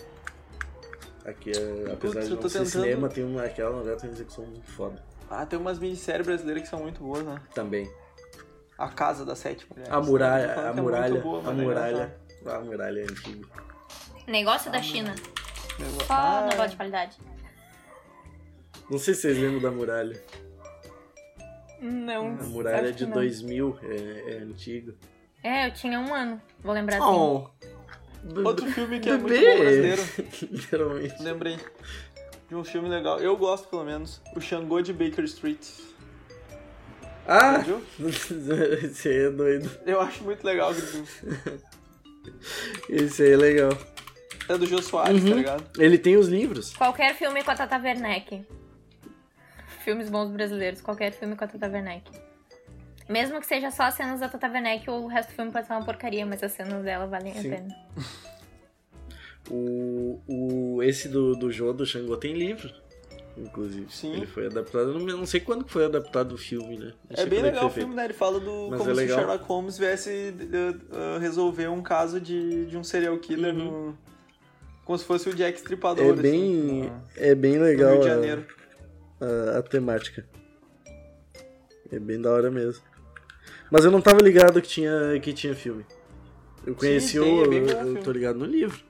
S1: Aqui, é- apesar
S2: Putz,
S1: de
S2: eu
S1: não
S2: tô
S1: ser
S2: tentando-
S1: cinema, tem uma, aquela novela tem uma execução muito foda
S2: Ah, tem umas minisséries brasileiras que são muito boas, né?
S1: também.
S2: A Casa das Sete Mulheres.
S1: A
S2: Tô falando
S1: muralha, a
S2: que é muito
S1: muralha,
S2: boa,
S1: a
S2: mas é
S1: muralha, a muralha é antiga.
S3: Negócio da China.
S2: engraçado.
S3: Só
S2: Ah,
S3: negócio de qualidade.
S1: Não sei se vocês lembram da muralha.
S3: Não.
S1: A muralha é de 2000, é, é antiga.
S3: É, eu tinha um ano. Vou lembrar assim.
S1: Oh! Be-
S2: Outro filme que é muito
S1: bebê.
S2: bom brasileiro.
S1: Literalmente.
S2: Lembrei de um filme legal. Eu gosto, pelo menos. O Xangô de Baker Street.
S1: Ah!
S2: Viu?
S1: Esse aí é doido.
S2: Eu acho muito legal aquele filme.
S1: Esse aí é legal.
S2: É do Jô Soares, tá ligado?
S1: Ele tem os livros.
S3: Qualquer filme com a Tata Werneck. Filmes bons brasileiros. Qualquer filme com a Tata Werneck. Mesmo que seja só as cenas da Tata Werneck, o resto do filme pode ser uma porcaria, mas as cenas dela valem
S1: Sim.
S3: a pena.
S1: O, o, esse do, do Jô, do Xangô, tem livro. Inclusive.
S2: Sim.
S1: Ele foi adaptado. Eu não- eu não sei quando que foi adaptado o filme, né? Não sei
S2: É bem
S1: quando que
S2: legal o
S1: foi feito.
S2: filme, né? Ele fala do
S1: Mas
S2: como
S1: é
S2: se o
S1: legal.
S2: Sherlock Holmes viesse uh, uh, resolver um caso de, de um serial killer no- Como se fosse o Jack Stripador.
S1: É
S2: assim,
S1: bem,
S2: no-
S1: é bem
S2: no
S1: legal.
S2: Rio de
S1: a-
S2: Janeiro.
S1: a, a temática. É bem da hora mesmo. Mas eu não tava ligado que tinha, que tinha filme. Eu conheci
S2: tem,
S1: o.
S2: é bem
S1: eu-
S2: legal o
S1: eu
S2: filme.
S1: tô ligado no livro.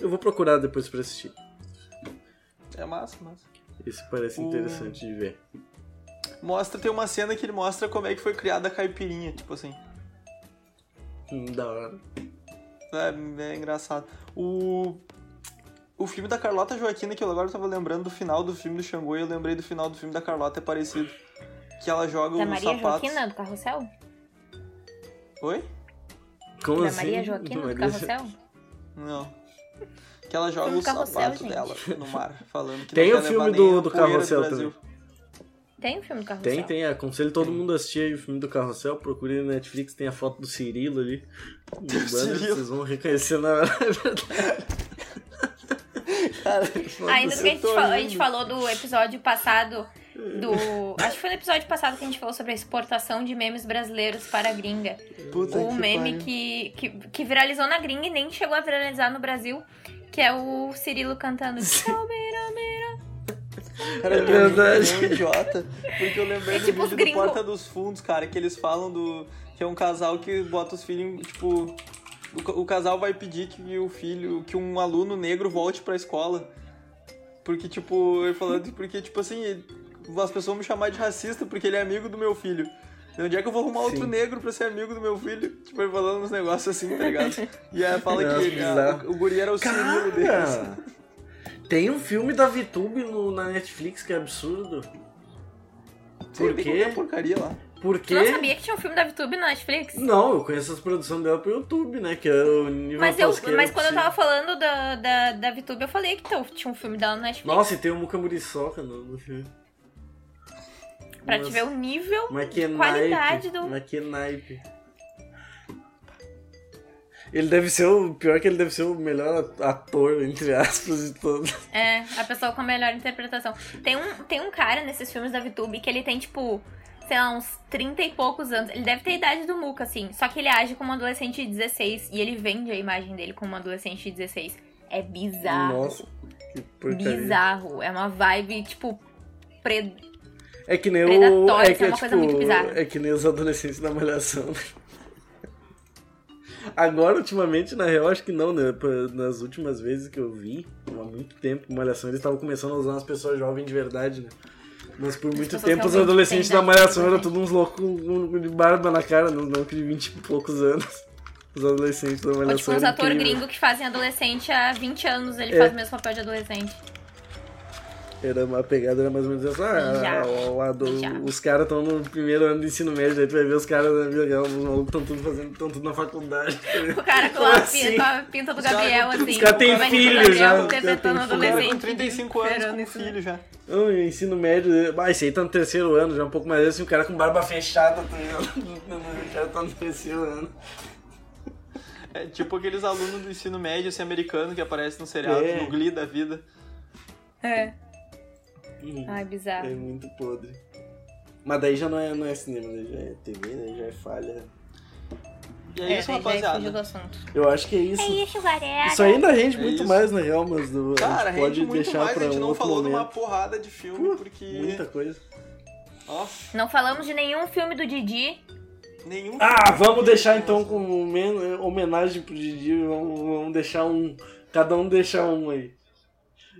S1: Eu vou procurar depois pra assistir.
S2: É massa, massa.
S1: Esse parece
S2: O-
S1: interessante de ver.
S2: Mostra, tem uma cena que ele mostra como é que foi criada a caipirinha, tipo assim.
S1: Hum, Da hora.
S2: É, é engraçado. O. O filme da Carlota Joaquina, que eu agora tava lembrando do final do filme do Xangô, e eu lembrei do final do filme da Carlota, é parecido. Que ela joga
S3: Da
S2: os
S3: Maria
S2: sapatos.
S3: Joaquina do Carrossel?
S2: Oi?
S1: Como
S3: da
S1: assim?
S3: Maria Joaquina do
S1: Maria-
S3: Carrossel?
S2: Não. Que ela joga
S3: Filme
S2: os
S3: um Carrossel,
S2: sapatos
S3: gente.
S2: dela no mar, falando que
S1: Tem
S2: não
S1: o
S2: quer
S1: filme
S2: levar
S1: do-
S2: nem a
S1: do
S2: poeira
S1: Carrossel
S2: Brasil.
S3: Tem um filme do Carrossel?
S1: Tem, tem. Aconselho todo mundo a assistir aí o filme do Carrossel. Procure na Netflix, tem a foto do Cirilo ali. No banner,
S2: Cirilo.
S1: vocês vão reconhecer na
S2: Cara,
S3: Ah, Ainda
S2: eu
S3: que a gente,
S2: tô
S3: falou, a
S2: rindo.
S3: gente falou do episódio passado do. Acho que foi no episódio passado que a gente falou sobre a exportação de memes brasileiros para a gringa.
S2: Puta
S3: o
S2: que
S3: um meme
S2: pariu.
S3: que, que, que viralizou na gringa e nem chegou a viralizar no Brasil, que é o Cirilo cantando.
S2: Cara,
S1: É
S2: eu tô
S1: verdade.
S2: muito um idiota. Porque eu lembrei
S3: É
S2: do
S3: tipo
S2: vídeo
S3: os
S2: do
S3: gringos.
S2: Porta dos Fundos, cara, que eles falam do. Que é um casal que bota os filhos, em, tipo. O, ca- o casal vai pedir que o filho, que um aluno negro volte pra escola. Porque, tipo, ele falando, porque, tipo assim, ele- as pessoas vão me chamar de racista porque ele é amigo do meu filho. E onde é que eu vou arrumar outro
S1: Sim.
S2: negro pra ser amigo do meu filho? Tipo, ele falando uns negócios assim, tá ligado? E aí fala
S1: Nossa,
S2: que
S1: que
S2: ah,
S1: bizarro.
S2: o, o guri era o Cirilo deles.
S1: Cara, tem um filme da VTube no- na Netflix que é absurdo.
S2: Sim,
S1: Por
S2: tem né?
S1: quê?
S2: qualquer porcaria lá.
S1: Por
S3: Tu
S1: quê?
S3: não sabia que tinha um filme da VTube na Netflix?
S1: Não, eu conheço as produções dela pro YouTube, né? Que é o nível assim.
S3: Mas, eu,
S1: tosqueiro
S3: mas quando eu
S1: possível.
S3: tava falando da, da, da VTube, eu falei que então, tinha um filme dela na Netflix.
S1: Nossa, e tem o Muca Muriçoca no, no filme.
S3: pra
S1: Nossa,
S3: te ver o nível.
S1: Mas que
S3: qualidade
S1: naipe,
S3: do-
S1: Mas que naipe. Ele deve ser o. Pior que ele deve ser o melhor ator, entre aspas, de todos.
S3: É, a pessoa com a melhor interpretação. Tem um, tem um cara nesses filmes da VTube que ele tem, tipo, sei lá, uns 30 e poucos anos. Ele deve ter a idade do Muca, assim. Só que ele age como um adolescente de 16 e ele vende a imagem dele como um adolescente de 16. É bizarro.
S1: Nossa, que porcaria.
S3: bizarro. É uma vibe, tipo, pre-
S1: É que nem o.
S3: Predatório,
S1: É que
S3: isso é uma coisa muito bizarra.
S1: é que nem os adolescentes da malhação. né? Agora, ultimamente, na real, acho que não, né? Pra- Nas últimas vezes que eu vi, há muito tempo, malhação, eles estavam começando a usar umas pessoas jovens de verdade, né? Mas por muito
S3: pessoas
S1: tempo os
S3: realmente
S1: adolescentes
S3: têm
S1: da
S3: idade
S1: malhação
S3: pra
S1: eram
S3: gente.
S1: todos uns loucos com- de barba na cara, não, não que de 20 e poucos anos. Os adolescentes da
S3: Ou, tipo,
S1: malhação.
S3: uns
S1: eram
S3: atores
S1: incríveis.
S3: gringos que fazem adolescente há 20 anos, ele
S1: É.
S3: faz o mesmo papel de adolescente.
S1: Era uma pegada, era mais ou menos essa. Ah,
S3: Já.
S1: o- o- ado-
S3: Já.
S1: os caras estão no primeiro ano do ensino médio, aí tu vai ver os caras na vida real, os malucos estão tudo fazendo, estão tudo na faculdade.
S3: O cara com a,
S1: Assim.
S3: pinta, com a pinta do
S2: Os caras
S3: Gabriel,
S2: com-
S3: assim.
S2: os caras têm
S3: Vai
S1: filho
S3: no Gabriel,
S1: já, os caras
S3: interpretando
S1: têm filho.
S3: um
S2: O cara
S3: adolescente.
S2: com 35 anos
S3: esperando
S2: com
S3: isso, né?
S2: filho já.
S1: Não, e o ensino médio, ah, esse aí tá no terceiro ano, já um pouco mais assim, o cara com barba fechada, tá ligado? O cara tá no terceiro ano.
S2: É tipo aqueles alunos do ensino médio assim, americano que aparecem no seriado,
S1: É.
S2: no Glee da vida.
S3: É.
S1: Hum,
S3: Ai,
S1: É
S3: bizarro.
S1: muito podre. Mas daí já não é, não é cinema, né? já é TV, né? já é falha.
S2: E é, isso, rapaziada.
S1: Eu acho que é isso.
S3: isso, galera.
S1: Isso ainda rende
S2: É
S1: muito
S2: isso.
S1: mais, na real, mas do-
S2: Cara,
S1: a gente pode
S2: rende muito
S1: deixar
S2: mais,
S1: pra
S2: a gente
S1: um
S2: não
S1: outro
S2: falou de uma
S1: momento.
S2: porrada de filme, porque.
S1: Muita coisa.
S2: Nossa,
S3: Não falamos de nenhum filme do Didi.
S2: nenhum.
S1: Ah,
S2: filme-
S1: vamos deixar então como homen- homenagem pro Didi, vamos, vamos deixar um. Cada um deixar um aí.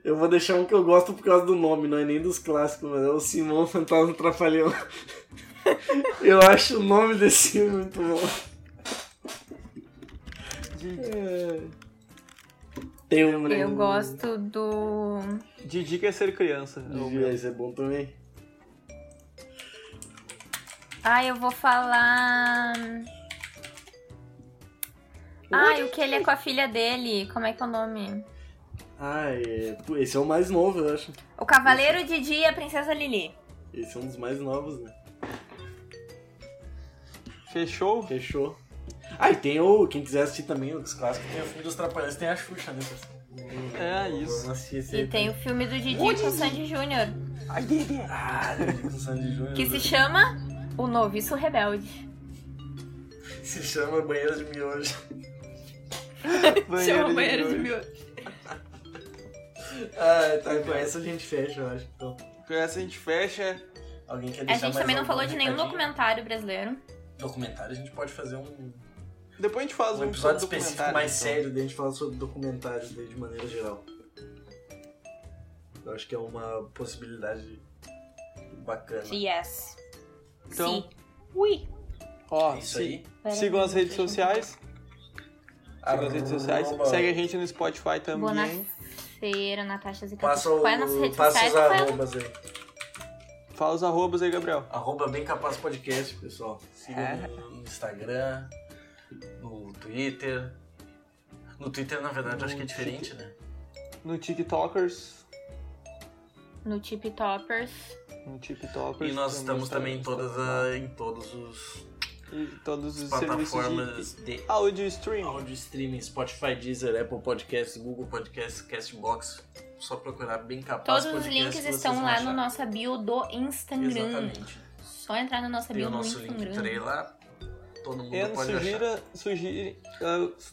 S1: Eu vou deixar um que eu gosto por causa do nome, não é nem dos clássicos, mas é o Simão Fantasma Trapalhão. Eu acho o nome desse filme muito bom.
S2: Didi-
S1: É. Tem um.
S3: Eu gosto do.
S2: Didi quer ser criança. é o
S1: Didi,
S2: meu.
S1: esse é bom também.
S3: Ah, eu vou falar. Ai, o que ele é com a filha dele. Como é que é o nome?
S1: Ah, é... pô, esse é o mais novo, eu acho.
S3: O Cavaleiro Didi e a Princesa Lili.
S1: Esse é um dos mais novos, né?
S2: Fechou?
S1: Fechou. Ah, e tem o. Quem quiser assistir também os clássicos, tem o filme dos Trapalhões, tem a Xuxa, né?
S2: É, isso.
S1: Vamos assistir esse
S3: E
S1: aí
S3: tem o
S1: também.
S3: filme do Didi
S2: Onde?
S3: com o Sandy Júnior.
S1: Ah, do Sandy Júnior.
S3: Que se
S1: né?
S3: chama O Noviço Rebelde.
S1: se chama Banheiro de Miojo.
S2: Banheiro de noite.
S3: Miojo.
S1: Ah, tá. Com essa a gente fecha, eu acho. Então,
S2: Com essa a gente fecha.
S1: alguém quer
S2: é
S3: A
S1: deixar
S3: gente
S1: mais
S3: também não
S1: algum
S2: um
S3: falou de nenhum
S1: recadinho?
S3: documentário brasileiro.
S1: Documentário, a gente pode fazer um,
S2: Depois a gente faz
S1: um
S2: um,
S1: episódio
S2: sobre
S1: específico
S2: documentário,
S1: mais
S2: então.
S1: sério, daí a gente fala sobre documentários daí de maneira geral. Eu acho que é uma possibilidade bacana.
S3: Yes.
S2: Então,
S3: Sim. Ui.
S2: Ó,
S1: É isso
S2: si-
S1: aí.
S2: sigam as redes sociais. Sigam as redes sociais.
S1: Arroba-
S2: Segue a gente no Spotify
S3: Boa
S2: também.
S3: feira, Natasha Zica.
S1: Passa, o,
S3: Qual é a nossa rede
S1: passa
S3: sociais?
S1: os
S3: Qual é a-
S1: arrobas aí.
S2: Fala os arrobas aí, Gabriel.
S1: Arroba Bem Capaz Podcast, pessoal. Siga
S2: É.
S1: no no Instagram, no Twitter. No Twitter, na verdade,
S2: No
S1: acho que é diferente, né?
S2: No TikTokers.
S3: No Tip Toppers.
S2: No TikTokers.
S1: E nós estamos
S2: tá-
S1: também em todas a, em todos os
S2: E todos os serviços
S1: plataformas de
S2: de áudio stream.
S1: áudio streaming, Spotify, Deezer, Apple Podcasts, Google Podcasts, Castbox. Só procurar Bem Capaz
S3: Todos os
S1: Podcast
S3: links
S1: que vocês
S3: estão
S1: vão
S3: lá
S1: achar.
S3: no nossa bio do Instagram.
S1: Exatamente.
S3: Só entrar na nossa
S1: Tem
S3: bio
S1: o
S3: do
S1: nosso link
S3: Instagram.
S1: 3 lá. Todo mundo
S2: E
S1: pode achar.
S2: sugira, sugire, ah, s-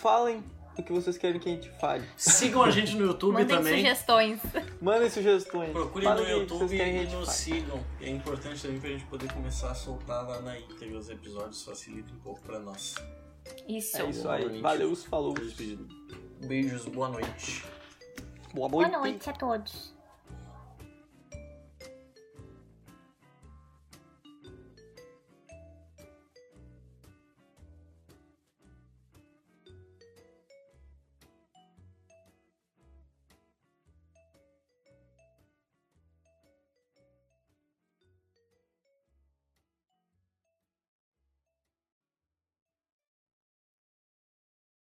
S2: falem o que vocês querem que a gente fale.
S1: Sigam a gente no YouTube
S3: Mandem
S1: também.
S3: sugestões.
S2: Mandem sugestões.
S1: Procurem
S2: Falem
S1: no
S2: o que vocês
S1: YouTube e
S2: querem que a gente
S1: nos
S2: fale.
S1: sigam. É importante também pra gente poder começar a soltar lá na íntegra os episódios, facilita um pouco pra nós.
S3: Isso.
S2: É isso
S1: Boa
S2: aí.
S1: noite.
S2: Valeu, falou.
S1: Beijos, boa noite.
S6: Boa
S3: Boa
S6: noite.
S3: noite a todos.